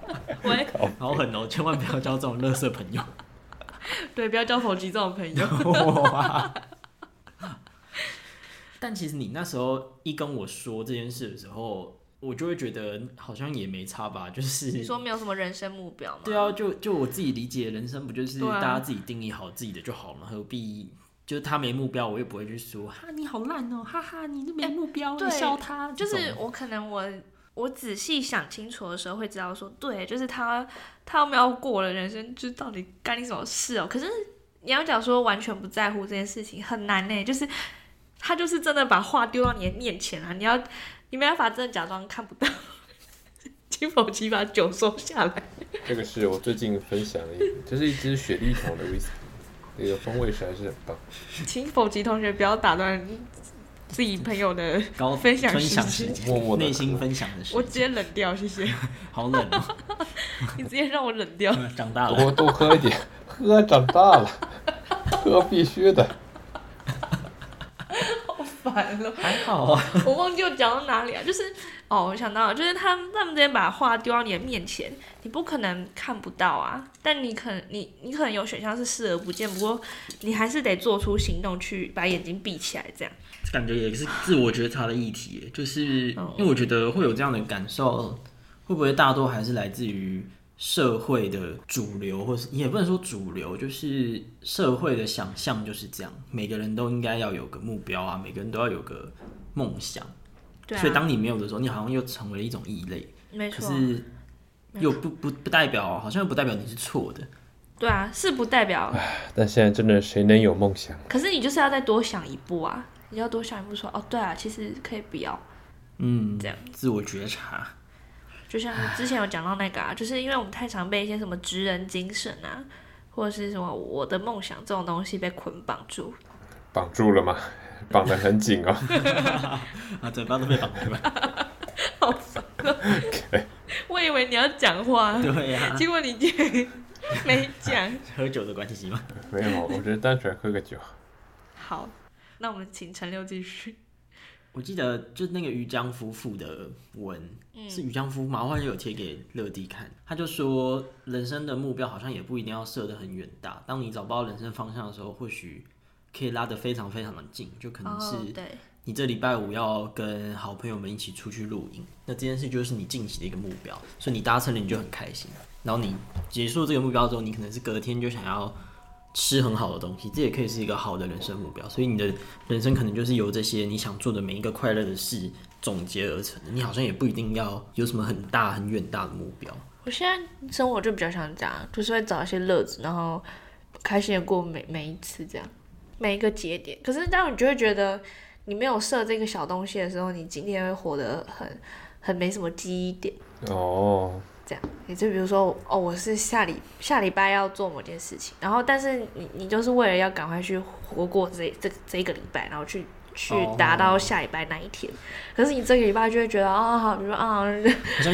[SPEAKER 2] 喂，
[SPEAKER 3] 好狠哦，千万不要交这种垃圾朋 友。
[SPEAKER 2] 对，不要交否极这种朋
[SPEAKER 1] 啊
[SPEAKER 2] 友。
[SPEAKER 3] 哇！但其实你那时候一跟我说这件事的时候，我就会觉得好像也没差吧，就是
[SPEAKER 2] 你说没有什么人生目标吗？
[SPEAKER 3] 对啊，就就我自己理解，人生不就是
[SPEAKER 2] 对啊
[SPEAKER 3] 大家自己定义好自己的就好了，何必就是他没目标，我也不会去说哈你好烂哦，哈哈你都没目标，
[SPEAKER 2] 对
[SPEAKER 3] 你笑他，
[SPEAKER 2] 就
[SPEAKER 3] 这
[SPEAKER 2] 是
[SPEAKER 3] 种
[SPEAKER 2] 我可能我我仔细想清楚的时候，会知道说，对，就是他，他要没有过我的人生，就到底干你什么事哦？可是你要讲说完全不在乎这件事情很难呢，就是他就是真的把话丢到你的面前啊，你要你没办法真的假装看不到， 金否鸡把酒收下来。
[SPEAKER 1] 这个是我最近分享的一，这是一支雪莉桶的 whisky，那个风味实在是很棒。
[SPEAKER 2] 请否极同学不要打断自己朋友的
[SPEAKER 3] 高
[SPEAKER 2] 分享
[SPEAKER 3] 分
[SPEAKER 2] 时
[SPEAKER 3] 享
[SPEAKER 2] 间
[SPEAKER 3] 时间，
[SPEAKER 1] 默默地
[SPEAKER 3] 内心分享的时
[SPEAKER 2] 我
[SPEAKER 3] 间，
[SPEAKER 2] 直接冷掉，谢 谢。
[SPEAKER 3] 好冷哦、
[SPEAKER 2] 你直接让我冷掉。
[SPEAKER 3] 长大了，
[SPEAKER 1] 多多喝一点， 喝长大了，喝必须的。
[SPEAKER 2] 烦了，
[SPEAKER 3] 还好啊。
[SPEAKER 2] 我忘记我讲到哪里啊？就是哦，我想到了，就是他们他们之间把话丢到你的面前，你不可能看不到啊，但你可能你你可能有选项是视而不见，不过你还是得做出行动去把眼睛闭起来，这样。
[SPEAKER 3] 感觉也是自我觉察的议题耶，就是
[SPEAKER 2] 嗯
[SPEAKER 3] 因为我觉得会有这样的感受，会不会大多还是来自于社会的主流，或是也不能说主流，就是社会的想象就是这样，每个人都应该要有个目标啊，每个人都要有个梦想，
[SPEAKER 2] 对
[SPEAKER 3] 所以
[SPEAKER 2] 啊，
[SPEAKER 3] 当你没有的时候，你好像又成为了一种异类，
[SPEAKER 2] 没
[SPEAKER 3] 可
[SPEAKER 2] 错，
[SPEAKER 3] 是又不不不代表，好像又不代表你是错的，
[SPEAKER 2] 对啊，是不代表，
[SPEAKER 1] 但现在真的谁能有梦想？
[SPEAKER 2] 可是你就是要再多想一步啊，你要多想一步说，哦，对啊，其实可以不要。
[SPEAKER 3] 嗯，
[SPEAKER 2] 这样
[SPEAKER 3] 自我觉察，
[SPEAKER 2] 就像之前有讲到那个啊，就是因为我们太常被一些什么职人精神啊，或者是什么我的梦想这种东西被捆绑住。
[SPEAKER 1] 绑住了吗？绑得很紧哦。
[SPEAKER 3] 啊，嘴巴都被绑住了，
[SPEAKER 2] 我以为你要讲话，
[SPEAKER 3] 对啊呀、
[SPEAKER 2] 结果你竟然没 讲。
[SPEAKER 3] 喝酒的关系吗？
[SPEAKER 1] 没有，我只是单纯喝个酒。
[SPEAKER 2] 好，那我们请陈六继续。
[SPEAKER 3] 我记得就那个于江夫妇的文，
[SPEAKER 2] 嗯
[SPEAKER 3] 是于江夫嘛，我好像有贴给乐迪看，他就说人生的目标好像也不一定要设得很远大，当你找不到人生方向的时候，或许可以拉得非常非常的近，就可能
[SPEAKER 2] 哦，
[SPEAKER 3] 是
[SPEAKER 2] 对，
[SPEAKER 3] 你这礼拜五要跟好朋友们一起出去露营，那这件事就是你近期的一个目标，所以你达成了你就很开心。然后你结束这个目标之后，你可能是隔天就想要吃很好的东西，这也可以是一个好的人生目标。所以你的人生可能就是由这些你想做的每一个快乐的事总结而成的。你好像也不一定要有什么很大很远大的目标。
[SPEAKER 2] 我现在生活就比较像这样，就是会找一些乐子，然后开心的过每每一次这样，每一个节点。可是当你就会觉得你没有设这个小东西的时候，你今天会活得很很没什么记忆点。
[SPEAKER 1] 哦，
[SPEAKER 2] 这样，也就比如说，哦，我是下礼下礼拜要做某件事情，然后但是你你就是为了要赶快去活过这这这一个礼拜，然后去去
[SPEAKER 3] 哦
[SPEAKER 2] 达到下礼拜那一天。可是你这个礼拜就会觉得，啊、好，比如说啊、
[SPEAKER 3] 好像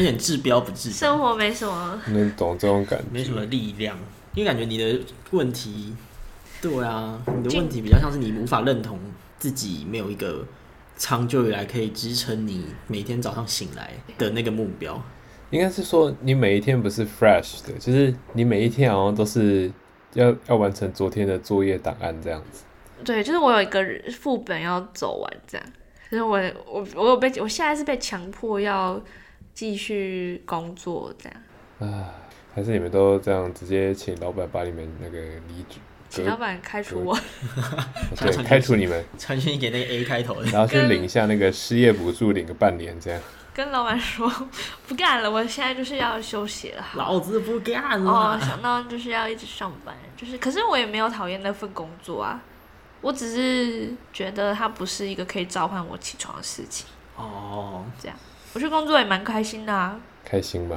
[SPEAKER 3] 有点治标不治本。
[SPEAKER 2] 生活没什么，
[SPEAKER 1] 能懂这种感觉。
[SPEAKER 3] 没什么力量，因为感觉你的问题，对啊，你的问题比较像是你无法认同自己没有一个长久以来可以支撑你每天早上醒来的那个目标。
[SPEAKER 1] 应该是说你每一天不是 fresh 的，就是你每一天好像都是要要完成昨天的作业档案这样子。
[SPEAKER 2] 对，就是我有一个副本要走完，这样，就是我我我有被我现在是被强迫要继续工作这样。
[SPEAKER 1] 啊，还是你们都这样直接请老板把你们那个离职，
[SPEAKER 2] 请老板开除我，
[SPEAKER 1] 对，开除你们，
[SPEAKER 3] 传讯给那个 A 开头的，
[SPEAKER 1] 然后去
[SPEAKER 2] 跟
[SPEAKER 1] 领一下那个失业补助，领个半年这样。
[SPEAKER 2] 跟老板说 不干了，我现在就是要休息了。
[SPEAKER 3] 老子不干
[SPEAKER 2] 哦，
[SPEAKER 3] 了。
[SPEAKER 2] 想到就是要一直上班，就是，可是我也没有讨厌那份工作啊，我只是觉得它不是一个可以召唤我起床的事情。
[SPEAKER 3] 哦，
[SPEAKER 2] 我去工作也蛮开心的啊，
[SPEAKER 1] 开心吗？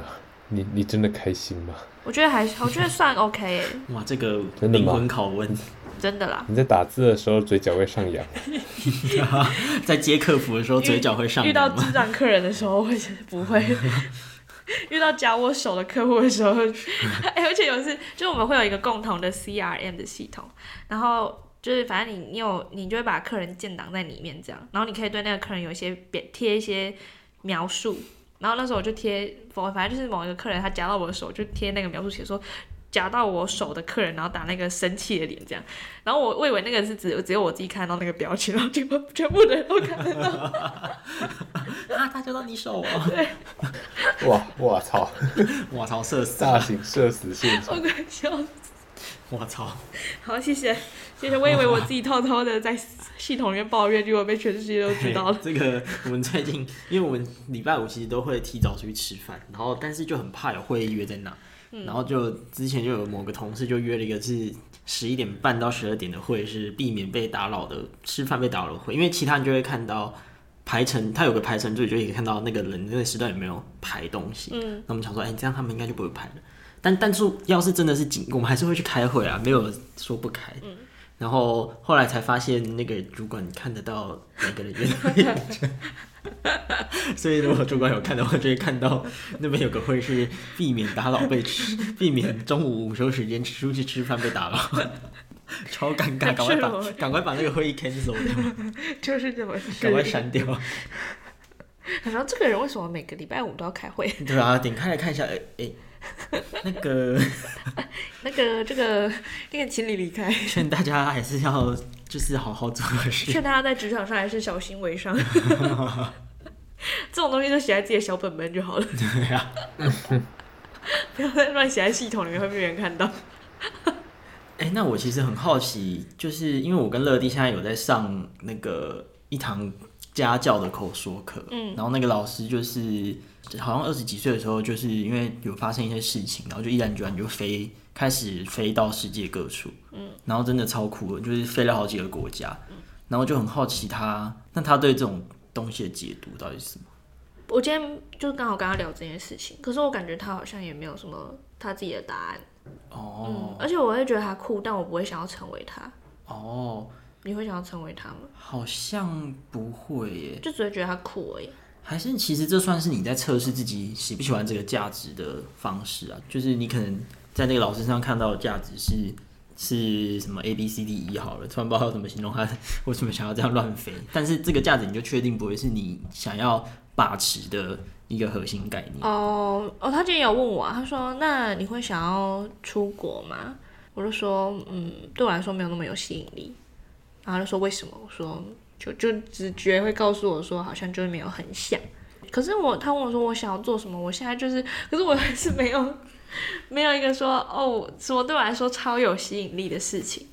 [SPEAKER 1] 你你真的开心吗？
[SPEAKER 2] 我觉得还，我觉得算 OK，欸
[SPEAKER 3] 哇，这个
[SPEAKER 1] 真的
[SPEAKER 3] 灵
[SPEAKER 1] 吗
[SPEAKER 3] 魂拷问，
[SPEAKER 2] 真的啦。
[SPEAKER 1] 你在打字的时候嘴角会上扬，
[SPEAKER 3] 在接客服的时候嘴角会上
[SPEAKER 2] 遇到
[SPEAKER 3] 扬吗？
[SPEAKER 2] 智障客人的时候会不会？遇到夹我手的客户的时候， 哎而且有一次，就我们会有一个共同的 CRM 的系统，然后就是反正你你有你就会把客人建档在里面这样，然后你可以对那个客人有一些别贴一些描述，然后那时候我就贴，反反正就是某一个客人他夹到我的手，就贴那个描述写说。夹到我手的客人，然后打那个生气的脸，这样。然后我我以为那个是只只有我自己看到那个表情，然后结果 全部人都看得到。
[SPEAKER 3] 啊，他就到你手哦！
[SPEAKER 1] 哇哇操！
[SPEAKER 3] 我操，社死！啊
[SPEAKER 1] 大型社死现场，
[SPEAKER 2] 我快笑死！
[SPEAKER 3] 我操！
[SPEAKER 2] 好，谢谢谢谢。我以为我自己偷偷的在系统里面抱怨，结果被全世界都知道了。
[SPEAKER 3] 这个我们最近，因为我们礼拜五其实都会提早出去吃饭，然后但是就很怕有会议约在哪，
[SPEAKER 2] 嗯
[SPEAKER 3] 然后就之前就有某个同事就约了一个是十一点半到十二点的会，是避免被打扰的吃饭被打扰的会，因为其他人就会看到排程，他有个排程就就可以看到那个人那个时段有没有排东西，
[SPEAKER 2] 嗯，
[SPEAKER 3] 那我们想说，哎、这样他们应该就不会排了。但但是要是真的是紧，我们还是会去开会啊，没有说不开。然后后来才发现，那个主管看得到每个人的眼睛， 所以如果主管有看的话，就会看到那边有个会是避免打扰被吃，避免中午午休时间出去吃饭被打扰， 超尴尬，赶快把
[SPEAKER 2] 是我
[SPEAKER 3] 赶快把那个会议 cancel 掉，
[SPEAKER 2] 就是这么
[SPEAKER 3] 赶快
[SPEAKER 2] 事。
[SPEAKER 3] 删掉。
[SPEAKER 2] 他说这个人为什么每个礼拜五都要开会？
[SPEAKER 3] 对啊，点开来看一下，哎、哎、那个。
[SPEAKER 2] 那个这个那个，请你离开。
[SPEAKER 3] 劝大家还是要就是好好做 事。
[SPEAKER 2] 劝大家在职场上还是小心为上。 这种东西就写在自己的小本本就好了，
[SPEAKER 3] 对啊，
[SPEAKER 2] 不要再乱写在系统里面，会被别人看到。
[SPEAKER 3] 哎、那我其实很好奇，就是因为我跟乐蒂现在有在上那个一堂家教的口说课，嗯，然后那个老师就是好像二十几岁的时候，就是因为有发生一些事情，然后就毅然决然就飞，开始飞到世界各处，嗯，然后真的超酷的，就是飞了好几个国家，然后就很好奇他，那他对这种东西的解读到底是什么？
[SPEAKER 2] 我今天就刚好跟他聊这件事情，可是我感觉他好像也没有什么他自己的答案。嗯
[SPEAKER 3] 哦、，
[SPEAKER 2] 而且我会觉得他酷，但我不会想要成为他。
[SPEAKER 3] 哦，
[SPEAKER 2] 你会想要成为他吗？
[SPEAKER 3] 好像不会耶。
[SPEAKER 2] 就只会觉得他酷而已。
[SPEAKER 3] 还是其实这算是你在测试自己喜不喜欢这个价值的方式啊，就是你可能在那个老师身上看到的价值是是什么 A B C D E 好了，突然不知道怎么形容它，为什么想要这样乱飞，但是这个价值你就确定不会是你想要把持的一个核心概念。
[SPEAKER 2] 哦哦，他今天有问我、啊，他说：“那你会想要出国吗？”我就说：“嗯，对我来说没有那么有吸引力。”然后他就说：“为什么？”我说：“就就直觉会告诉我说，好像就是没有很想。”可是我他问我说我想要做什么，我现在就是，可是我还是没有没有一个说哦什么对我来说超有吸引力的事情，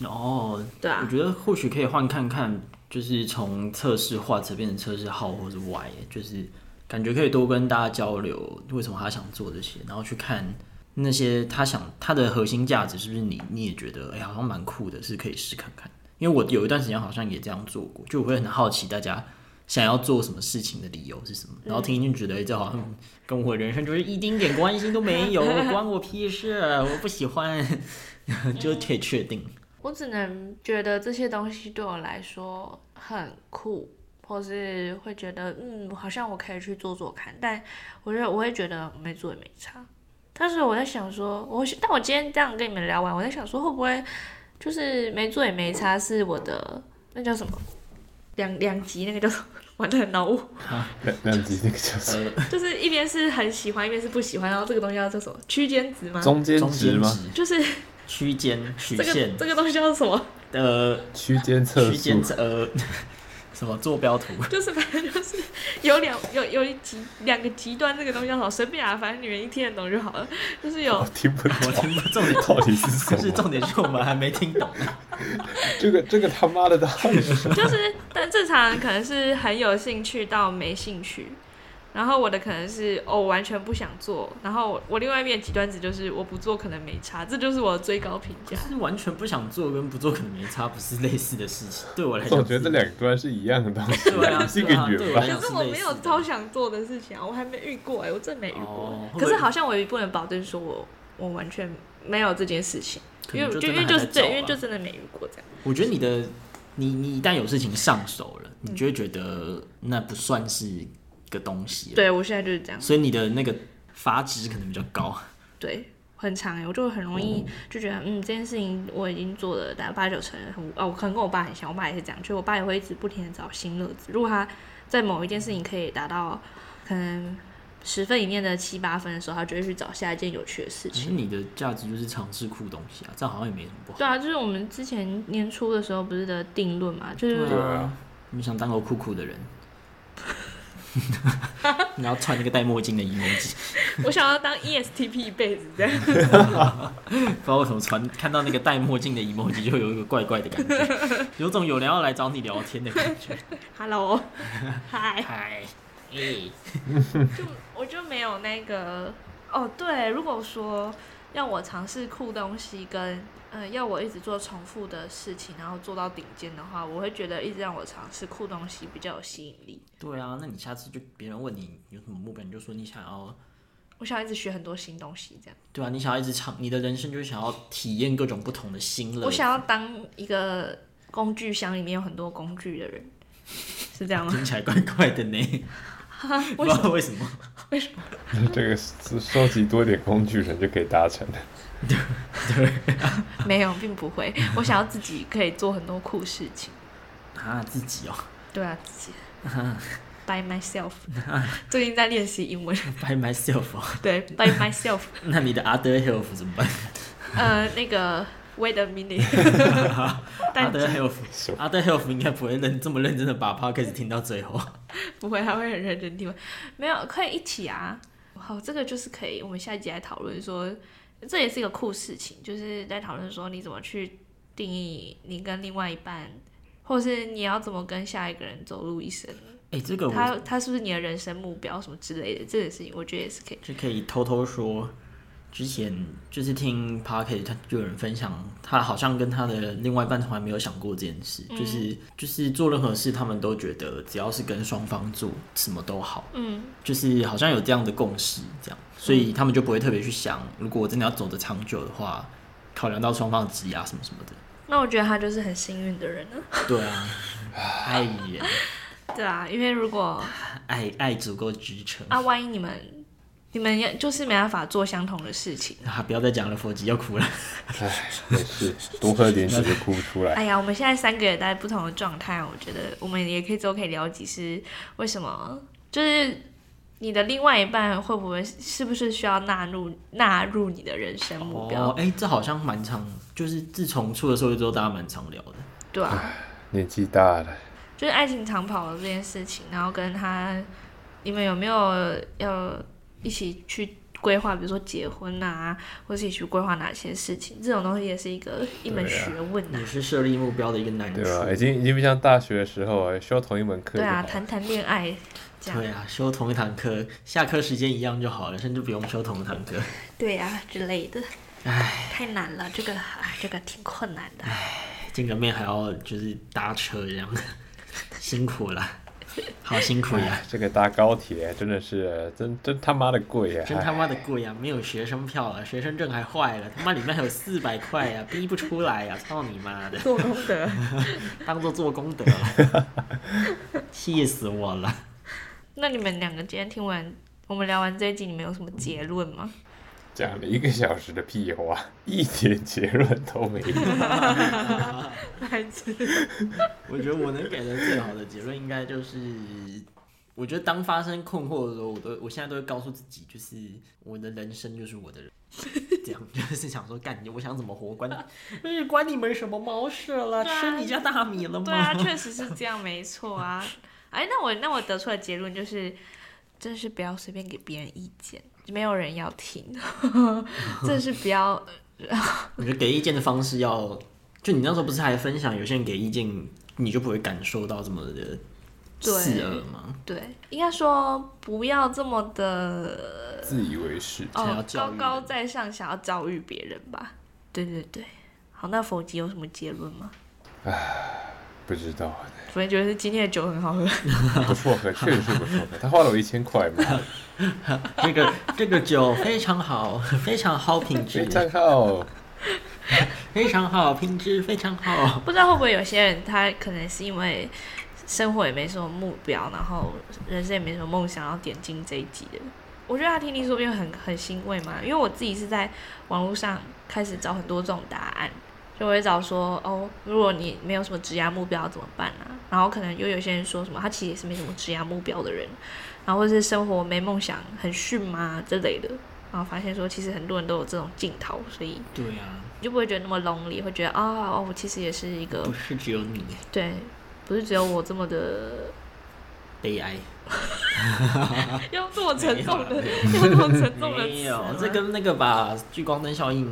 [SPEAKER 3] 哦，
[SPEAKER 2] 对啊
[SPEAKER 3] 我，觉得或许可以换看看，就是从测试化则变成测试号或者 Y，就是感觉可以多跟大家交流，为什么他想做这些，然后去看那些他想他的核心价值是不是你你也觉得哎、好像蛮酷的，是可以试看看。因为我有一段时间好像也这样做过，就我会很好奇大家想要做什么事情的理由是什
[SPEAKER 2] 嗯
[SPEAKER 3] 么，然后听进去觉得哎这好像跟我人生就是一丁点关系都没有，关我屁事，啊我不喜欢， 就可以确定。
[SPEAKER 2] 我只能觉得这些东西对我来说很酷，或是会觉得嗯，好像我可以去做做看，但我觉得我会觉得没做也没差。但是我在想说，我但我今天这样跟你们聊完，我在想说会不会就是没做也没差是我的那叫什么两两极那个叫什么？ 完蛋，脑雾，
[SPEAKER 1] 两两集那个叫什么？
[SPEAKER 2] 就是一边是很喜欢，一边是不喜欢，然后这个东西叫做什么区间值吗？
[SPEAKER 1] 中间
[SPEAKER 3] 呃中
[SPEAKER 1] 值
[SPEAKER 3] 间
[SPEAKER 1] 吗？
[SPEAKER 3] 值、
[SPEAKER 2] 就是
[SPEAKER 3] 区间、曲
[SPEAKER 2] 这个
[SPEAKER 3] 线
[SPEAKER 2] 这个东西叫做什么？
[SPEAKER 3] 呃，
[SPEAKER 1] 区间测
[SPEAKER 3] 区
[SPEAKER 1] 速
[SPEAKER 3] 间，呃， 什么坐标图？
[SPEAKER 2] 就是反正就是有两有有一极两个极端这个东西好随便啊，反正你们一听得懂就好了。就是有
[SPEAKER 1] 我哦听不
[SPEAKER 3] 我
[SPEAKER 1] 懂，
[SPEAKER 3] 听不重点，
[SPEAKER 1] 到底是 什
[SPEAKER 3] 但是
[SPEAKER 1] 么？
[SPEAKER 3] 重点是我们还没听懂。
[SPEAKER 1] 这个这个他妈的到底是什么？
[SPEAKER 2] 就是，但正常人可能是很有兴趣到没兴趣，然后我的可能是哦我完全不想做，然后我我另外一面极端值就是我不做可能没差，这就是我的最高评价。
[SPEAKER 3] 是完全不想做跟不做可能没差，不是类似的事情。对我来讲，
[SPEAKER 1] 总觉得这两端是一样的东西，
[SPEAKER 3] 对啊
[SPEAKER 1] 是一个
[SPEAKER 3] 对
[SPEAKER 1] 圆
[SPEAKER 3] 啊
[SPEAKER 1] 吧
[SPEAKER 3] 对？
[SPEAKER 2] 可是我没有超想做的事情啊，我还没遇过哎、我真没遇过。欸
[SPEAKER 3] 哦
[SPEAKER 2] 可是好像我也不能保证说我我完全没有这件事情，
[SPEAKER 3] 可
[SPEAKER 2] 因
[SPEAKER 3] 能
[SPEAKER 2] 为
[SPEAKER 3] 就，
[SPEAKER 2] 因为就是对，因为就是真的没遇过这样。
[SPEAKER 3] 啊我觉得你的你你一旦有事情上手了，
[SPEAKER 2] 嗯
[SPEAKER 3] 你就会觉得那不算是一个东西。，
[SPEAKER 2] 对我现在就是这样。
[SPEAKER 3] 所以你的那个阀值可能比较高。
[SPEAKER 2] 对，很长欸我就很容易就觉得，嗯，这件事情我已经做了大概八九成，很无哦，我可能跟我爸很像，我爸也是这样，就我爸也会一直不停的找新乐子。如果他在某一件事情可以达到可能十分以内的七八分的时候，他就会去找下一件有趣的事
[SPEAKER 3] 其实
[SPEAKER 2] 情。
[SPEAKER 3] 你的价值就是尝试酷东西啊，这样好像也没什么不 好。
[SPEAKER 2] 对啊，就是我们之前年初啊的时候不是的定论嘛，就是
[SPEAKER 1] 对啊，
[SPEAKER 3] 你想当个酷酷的人，你要穿那个戴墨镜的 emoji，
[SPEAKER 2] 我想要当 E ESTP 一辈子这样。
[SPEAKER 3] 不知道为什么穿看到那个戴墨镜的 emoji 就有一个怪怪的感 觉，有种有人要来找你聊天的感觉。哎
[SPEAKER 2] Hello，嗨，
[SPEAKER 3] 嗨，
[SPEAKER 2] 我就没有那个哦。对，如果说要我尝试酷东西跟呃要我一直做重复的事情，然后做到顶尖的话，我会觉得一直让我尝试酷东西比较有吸引力。
[SPEAKER 3] 对啊，那你下次就别人问你有什么目标，你就说你想要，
[SPEAKER 2] 我想要一直学很多新东西，这样。
[SPEAKER 3] 对啊，你想要一直尝，你的人生就是想要体验各种不同的新乐。
[SPEAKER 2] 我想要当一个工具箱里面有很多工具的人，是这样吗？
[SPEAKER 3] 听起来怪怪的呢，不知道为什么。
[SPEAKER 1] 这个是收集多一点工具人就可以达成的。
[SPEAKER 2] 没有，并不会。我想要自己可以做很多酷事情。
[SPEAKER 3] 啊，自己哦
[SPEAKER 2] 对啊，自己 by myself。最近在练习英文，
[SPEAKER 3] ，by myself，、哦、
[SPEAKER 2] 对 by myself。
[SPEAKER 3] 那你的 other health 怎么办
[SPEAKER 2] 呃，那个 wait a minute，但
[SPEAKER 3] ？other health
[SPEAKER 1] 是
[SPEAKER 3] Other Health 应该不会认这么认真的把 podcast 听到最后。
[SPEAKER 2] 不会，他会很认真听吗？没有，可以一起啊。好，这个就是可以，我们下一集来讨论说，这也是一个酷事情，就是在讨论说你怎么去定义你跟另外一半，或是你要怎么跟下一个人走入一生，
[SPEAKER 3] 哎、这个我
[SPEAKER 2] 他他是不是你的人生目标什么之类的，这件事情我觉得也是可以。
[SPEAKER 3] 就可以偷偷说，之前就是听 podcast，他就有人分享，他好像跟他的另外一半从来没有想过这件事，就是就是做任何事，他们都觉得只要是跟双方做，什么都好。
[SPEAKER 2] 嗯，
[SPEAKER 3] 就是好像有这样的共识，这样，所以他们就不会特别去想，如果我真的要走得长久的话，考量到双方的职涯什么什么的。
[SPEAKER 2] 那我觉得他就是很幸运的人呢。
[SPEAKER 3] 对 啊，爱人，
[SPEAKER 2] 对啊，因为如果
[SPEAKER 3] 爱爱足够支撑。
[SPEAKER 2] 啊，万一你们你们也就是没办法做相同的事情。
[SPEAKER 3] 啊，不要再讲了，佛吉要哭了。
[SPEAKER 1] 唉，没事，多喝点酒就哭出来。
[SPEAKER 2] 哎呀，我们现在三个也在不同的状态，我觉得我们也可以之后可以聊几是为什么，就是你的另外一半会不会是不是需要纳入纳入你的人生目标？
[SPEAKER 3] 哦，哎、这好像蛮常，就是自从出了社会之后，大家蛮常聊的。
[SPEAKER 2] 对啊，
[SPEAKER 1] 年纪大了，
[SPEAKER 2] 就是爱情长跑的这件事情，然后跟他你们有没有要一起去规划，比如说结婚啊，或是一起去规划哪些事情，这种东西也是一个一门
[SPEAKER 1] 对啊
[SPEAKER 2] 学问呐、
[SPEAKER 3] 也是设立目标的一个难处。
[SPEAKER 1] 对啊哎吧？已经已经不像大学的时候，哎修同一门课
[SPEAKER 2] 对
[SPEAKER 1] 就好
[SPEAKER 2] 啊，
[SPEAKER 1] 了。
[SPEAKER 2] 谈谈恋爱这样
[SPEAKER 3] 对，啊，修同一堂课，下课时间一样就好了，甚至不用修同一堂课。
[SPEAKER 2] 对呀、之类的。
[SPEAKER 3] 唉，
[SPEAKER 2] 太难了，这个哎，这个挺困难的。
[SPEAKER 3] 见个面还要就是搭车这样， 辛苦了，好辛苦呀
[SPEAKER 1] 哎，这个搭高铁真的是真真他妈的贵啊呀！
[SPEAKER 3] 真他妈的贵呀，没有学生票啊，学生证还坏了，他妈里面还有四百块呀，逼不出来呀，操你妈的，
[SPEAKER 2] 做功德，
[SPEAKER 3] 当做做功德了， 气死我了。
[SPEAKER 2] 那你们两个今天听完我们聊完这一集，你们有什么结论吗？
[SPEAKER 1] 讲了一个小时的屁话，一点结论都没有。
[SPEAKER 2] 白痴，
[SPEAKER 3] 我觉得我能给的最好的结论应该就是，我觉得当发生困惑的时候，我都我现在都会告诉自己，就是我的人生就是我的 人，这样就是想说干你，我想怎么活关你，哎 关你们什么毛事了？
[SPEAKER 2] 对啊
[SPEAKER 3] 吃你家大米了
[SPEAKER 2] 对 啊，
[SPEAKER 3] 吗？
[SPEAKER 2] 确实是这样，没错啊。 哎，那我那我得出的结论就是，真是不要随便给别人意见，没有人要听， 真是不要。
[SPEAKER 3] 我觉得给意见的方式要，就你那时候不是还分享，有些人给意见你就不会感受到这么的
[SPEAKER 2] 对
[SPEAKER 3] 刺耳吗？
[SPEAKER 2] 对，应该说不要这么的
[SPEAKER 1] 自以为是，
[SPEAKER 3] 想要
[SPEAKER 2] 哦
[SPEAKER 3] 教育
[SPEAKER 2] 高
[SPEAKER 3] 人
[SPEAKER 2] 高在上，想要教育别人吧。对对对，好，那否极有什么结论吗？
[SPEAKER 1] 不知道，
[SPEAKER 2] 突然觉得是今天的酒很好喝。
[SPEAKER 1] 不错喝，确实是不错喝。他花了我一千块嘛，
[SPEAKER 3] 这个这个酒非常好，非常好品质
[SPEAKER 1] 非，常好。
[SPEAKER 3] 非常好品质，非常好。
[SPEAKER 2] 不知道会不会有些人他可能是因为生活也没什么目标，然后人生也没什么梦想，然后点进这一集的。我觉得他听听说不定很很欣慰嘛，因为我自己是在网络上开始找很多这种答案，就我会找说哦，如果你没有什么职业目标怎么办啊？然后可能又有些人说什么他其实也是没什么职业目标的人，然后或是生活没梦想很逊嘛之类的，然后发现说其实很多人都有这种镜头，所以
[SPEAKER 3] 对啊，
[SPEAKER 2] 你就不会觉得那么 lonely，会觉得啊哦，我其实也是一个
[SPEAKER 3] 不是只有你
[SPEAKER 2] 对，不是只有我这么的
[SPEAKER 3] 悲哀，
[SPEAKER 2] 用这么沉重的，
[SPEAKER 3] 没
[SPEAKER 2] 用这么沉重的
[SPEAKER 3] 没
[SPEAKER 2] 词啊
[SPEAKER 3] 有
[SPEAKER 2] 吗，
[SPEAKER 3] 这跟那个吧，聚光灯效应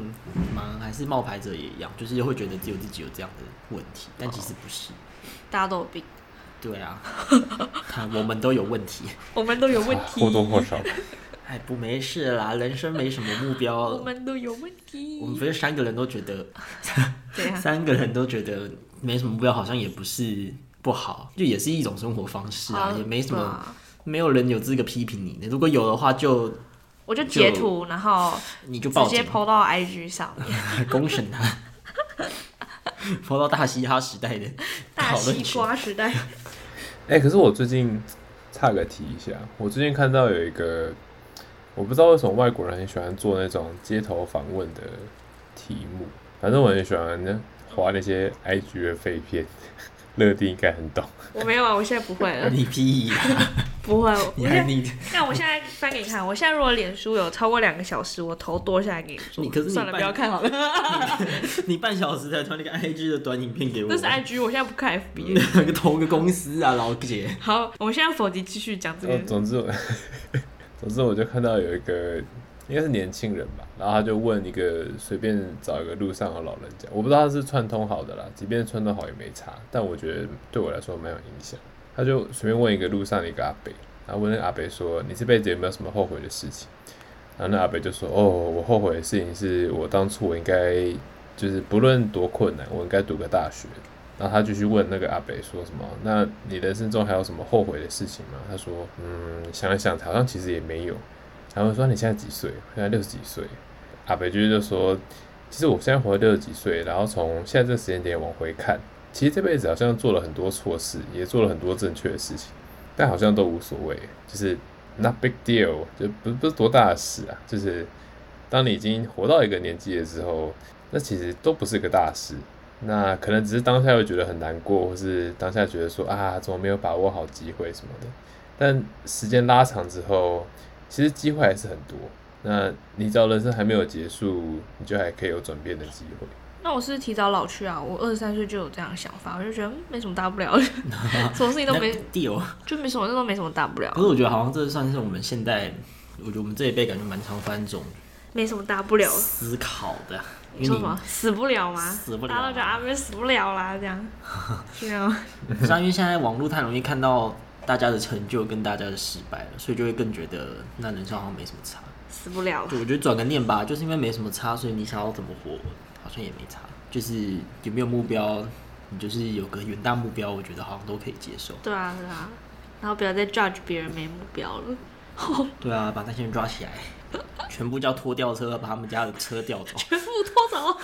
[SPEAKER 3] 吗？还是冒牌者也一样，就是会觉得只有自己有这样的问题，但其实不是。
[SPEAKER 2] 大家都有病，
[SPEAKER 3] 对 啊，看我们都有问题，
[SPEAKER 2] 我们都有问 题，
[SPEAKER 1] 或多或少。
[SPEAKER 3] 哎，不没事啦，人生没什么目标。
[SPEAKER 2] 我们都有问
[SPEAKER 3] 我们
[SPEAKER 2] 题。
[SPEAKER 3] 不是三个人都觉得，
[SPEAKER 2] 对啊呀，
[SPEAKER 3] 三个人都觉得没什么目标，好像也不是不好，就也是一种生活方式啊，
[SPEAKER 2] 好
[SPEAKER 3] 也没什么，
[SPEAKER 2] 对啊
[SPEAKER 3] 没有人有资格批评你的。如果有的话就，
[SPEAKER 2] 我就截图，然后
[SPEAKER 3] 你就报
[SPEAKER 2] 直接
[SPEAKER 3] 警，
[SPEAKER 2] 抛到 IG 上 面。
[SPEAKER 3] 公审他，泼到大嘻哈时代的
[SPEAKER 2] 大
[SPEAKER 3] 讨论
[SPEAKER 2] 西
[SPEAKER 3] 区。
[SPEAKER 2] 瓜时代，
[SPEAKER 1] 哎、可是我最近差个题一下，我最近看到有一个，我不知道为什么外国人很喜欢做那种街头访问的题目，反正我很喜欢划那些 IG 的废片， 乐蒂应该很懂。
[SPEAKER 2] 我没有啊，我现在不会 了，
[SPEAKER 3] 你屁呀、
[SPEAKER 2] 不会。我
[SPEAKER 3] 你
[SPEAKER 2] 现
[SPEAKER 3] 还
[SPEAKER 2] 在，
[SPEAKER 3] 你
[SPEAKER 2] 那我现在翻给你看，我现在如果脸书有超过两个小时，我头剁下来给你做。
[SPEAKER 3] 你可是你
[SPEAKER 2] 算了，
[SPEAKER 3] 半
[SPEAKER 2] 不要看好 了，
[SPEAKER 3] 你半小时才传那个 IG 的短影片给 我，
[SPEAKER 2] 那是啊 IG，我现在不看 FB。
[SPEAKER 3] 那个同个公司啊，老姐。
[SPEAKER 2] 好，我们现在否极继续讲这
[SPEAKER 1] 总
[SPEAKER 2] 个。
[SPEAKER 3] 哦
[SPEAKER 1] 哦总之 我，总之我就看到有一个应该是年轻人吧，然后他就问一个随便找一个路上的老人家，我不知道他是串通好的啦，即便串通好也没差，但我觉得对我来说蛮有影响。他就随便问一个路上的一个阿北，然后问那个阿北说：“你这辈子有没有什么后悔的事情？”然后那阿北就说：“哦，我后悔的事情是我当初我应该就是不论多困难，我应该读个大学。”然后他就去问那个阿北说什么？那你人生中还有什么后悔的事情吗？他说，嗯，想一想，好像其实也没有。然后说你现在几岁？我现在六十几岁。阿北就是就说，其实我现在活到六十几岁，然后从现在这个时间点往回看，其实这辈子好像做了很多错事，也做了很多正确的事情，但好像都无所谓，就是 not big deal，就不不是多大的事啊。就是当你已经活到一个年纪的时候，那其实都不是个大事。那可能只是当下会觉得很难过，或是当下觉得说啊，怎么没有把握好机会什么的。但时间拉长之后，其实机会还是很多。那你只要人生还没有结束，你就还可以有转变的机会。
[SPEAKER 2] 那我是提早老去啊，我二十三岁就有这样的想法，我就觉得嗯没什么大不了 的，什么事情都没，
[SPEAKER 3] deal。
[SPEAKER 2] 就没什么，那都没什么大不了
[SPEAKER 3] 可，是我觉得好像这算是我们现代，我觉得我们这一辈感觉蛮常犯这种
[SPEAKER 2] 没什么大不了。
[SPEAKER 3] 思考的，
[SPEAKER 2] 你
[SPEAKER 3] 因
[SPEAKER 2] 说
[SPEAKER 3] 为
[SPEAKER 2] 什么？死不了吗？
[SPEAKER 3] 死不了
[SPEAKER 2] 大家都觉得阿妹死不了啦，这 样，这样。
[SPEAKER 3] 你，不是啊因为现在网络太容易看到大家的成就跟大家的失败了，所以就会更觉得那人生好像没什么差。
[SPEAKER 2] 死不了
[SPEAKER 3] 就我觉得转个念吧，就是因为没什么差，所以你想要怎么活，好像也没差。就是有没有目标，你就是有个远大目标，我觉得好像都可以接受。
[SPEAKER 2] 对啊，对啊，然后不要再 judge 别人没目标了，
[SPEAKER 3] 对啊，把那些人抓起来，全部叫拖吊车，把他们家的车吊走。
[SPEAKER 2] 全部拖 走。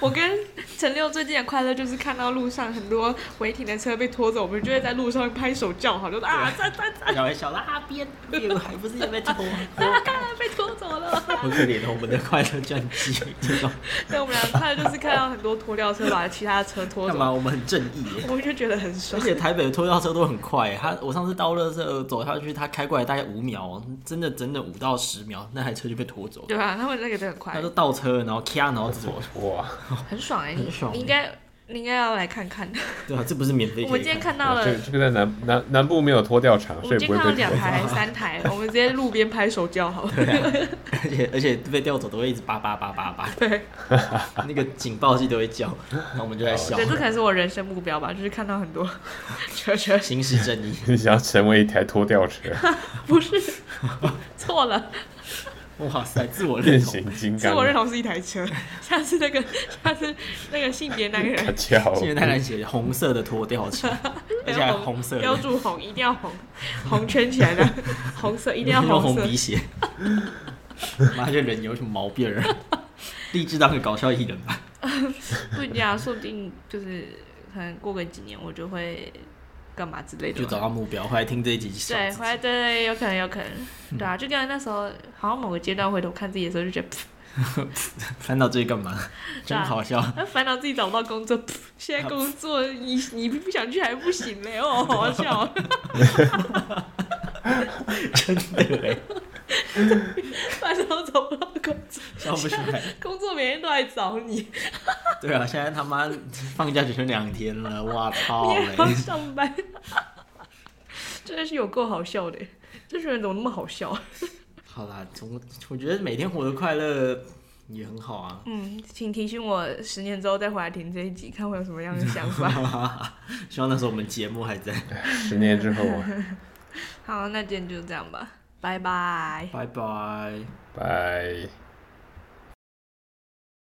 [SPEAKER 2] 我跟陈六最近的快乐就是看到路上很多违停的车被拖走，我们就会在路上拍手叫好，就说啊，赞赞赞，
[SPEAKER 3] 小孩小啦，边边还不是也被拖？
[SPEAKER 2] 被拖走了。
[SPEAKER 3] 好可怜哦，我们的快乐战绩这种
[SPEAKER 2] 对，我们俩快乐就是看到很多拖吊车把其他的车拖
[SPEAKER 3] 干嘛？
[SPEAKER 2] 走，
[SPEAKER 3] 我们很正义耶。
[SPEAKER 2] 我们就觉得很爽
[SPEAKER 3] 而。且台北的拖吊车都很快耶，他我上次到乐色走下去，他开过来大概五秒哦，真的整整五到十秒，那台车就被拖走了。
[SPEAKER 2] 对啊，他们那个真的很快
[SPEAKER 3] 他，就倒车，然后咔，然后这种，
[SPEAKER 1] 哇，
[SPEAKER 2] 很爽哎、你
[SPEAKER 3] 很爽
[SPEAKER 2] 你应该你应该要来看看。
[SPEAKER 3] 对啊，这不是免费可以
[SPEAKER 2] 我们今天看到了
[SPEAKER 1] 这个这个在南南南部没有脱掉场，
[SPEAKER 2] 我
[SPEAKER 1] 所
[SPEAKER 2] 们
[SPEAKER 1] 以
[SPEAKER 2] 今
[SPEAKER 1] 不
[SPEAKER 2] 天看
[SPEAKER 1] 会
[SPEAKER 2] 到
[SPEAKER 1] 被
[SPEAKER 2] 两
[SPEAKER 1] 拖。
[SPEAKER 2] 台、 三台，我们直接路边拍手叫好了。
[SPEAKER 3] 看， 而且而且被调走都会一直叭叭叭叭叭，
[SPEAKER 2] 对，
[SPEAKER 3] 那个警报器都会叫，然后我们就在笑
[SPEAKER 2] 对，，这可能是我人生目标吧，就是看到很多 车车，
[SPEAKER 3] 行驶正义。
[SPEAKER 1] 你想要成为一台脱掉 车，
[SPEAKER 2] 不 是错了，
[SPEAKER 3] 哇塞，自我认
[SPEAKER 1] 变
[SPEAKER 3] 同，
[SPEAKER 1] 形金
[SPEAKER 2] 自
[SPEAKER 1] 刚，
[SPEAKER 2] 我认同是一台车。下次那个，下次那个性别那个
[SPEAKER 1] 他
[SPEAKER 2] 人
[SPEAKER 1] 叫
[SPEAKER 3] 现在太难写了，红色的拖吊 车，而且还红色
[SPEAKER 2] 标
[SPEAKER 3] 的，
[SPEAKER 2] 注红，一定要红，红圈起 来的，红色一定要
[SPEAKER 3] 用
[SPEAKER 2] 红
[SPEAKER 3] 红
[SPEAKER 2] 色
[SPEAKER 3] 笔。写。妈，这人有什么毛病儿啊？立志当个搞笑艺人吧。
[SPEAKER 2] 不一定啊，说不定就是可能过个几年，我就会干嘛之类的
[SPEAKER 3] 就
[SPEAKER 2] 吧。
[SPEAKER 3] 找到目标，回来听这一集笑
[SPEAKER 2] 对，
[SPEAKER 3] 自己嗯
[SPEAKER 2] 回来对对，有可能有可能，对啊，就跟那时候好像某个阶段回头看自己的时候，就 觉得噗
[SPEAKER 3] 翻到这里干嘛？真好笑。
[SPEAKER 2] 他呃烦恼自己找不到工 作，噗现在工作你你不想去还不行嘞，哦，好好笑 哦，
[SPEAKER 3] 真的哎，
[SPEAKER 2] 烦恼找不到工作，
[SPEAKER 3] 笑不出来。
[SPEAKER 2] 工作每天都来找你，
[SPEAKER 3] 对啊，现在他妈放假只剩两天了，哇操
[SPEAKER 2] 你还要
[SPEAKER 3] 嘞！
[SPEAKER 2] 上班， 真的是有够好笑的，这群人怎么那么好笑？
[SPEAKER 3] 好啦，总我觉得每天活得快乐也很好啊。
[SPEAKER 2] 嗯，请提醒我十年之后再回来听这一集，看会有什么样的想 法。
[SPEAKER 3] 希望那时候我们节目还在。
[SPEAKER 1] 十年之 后，
[SPEAKER 2] 好，那今天就这样吧，拜拜。
[SPEAKER 3] 拜拜。
[SPEAKER 1] 拜。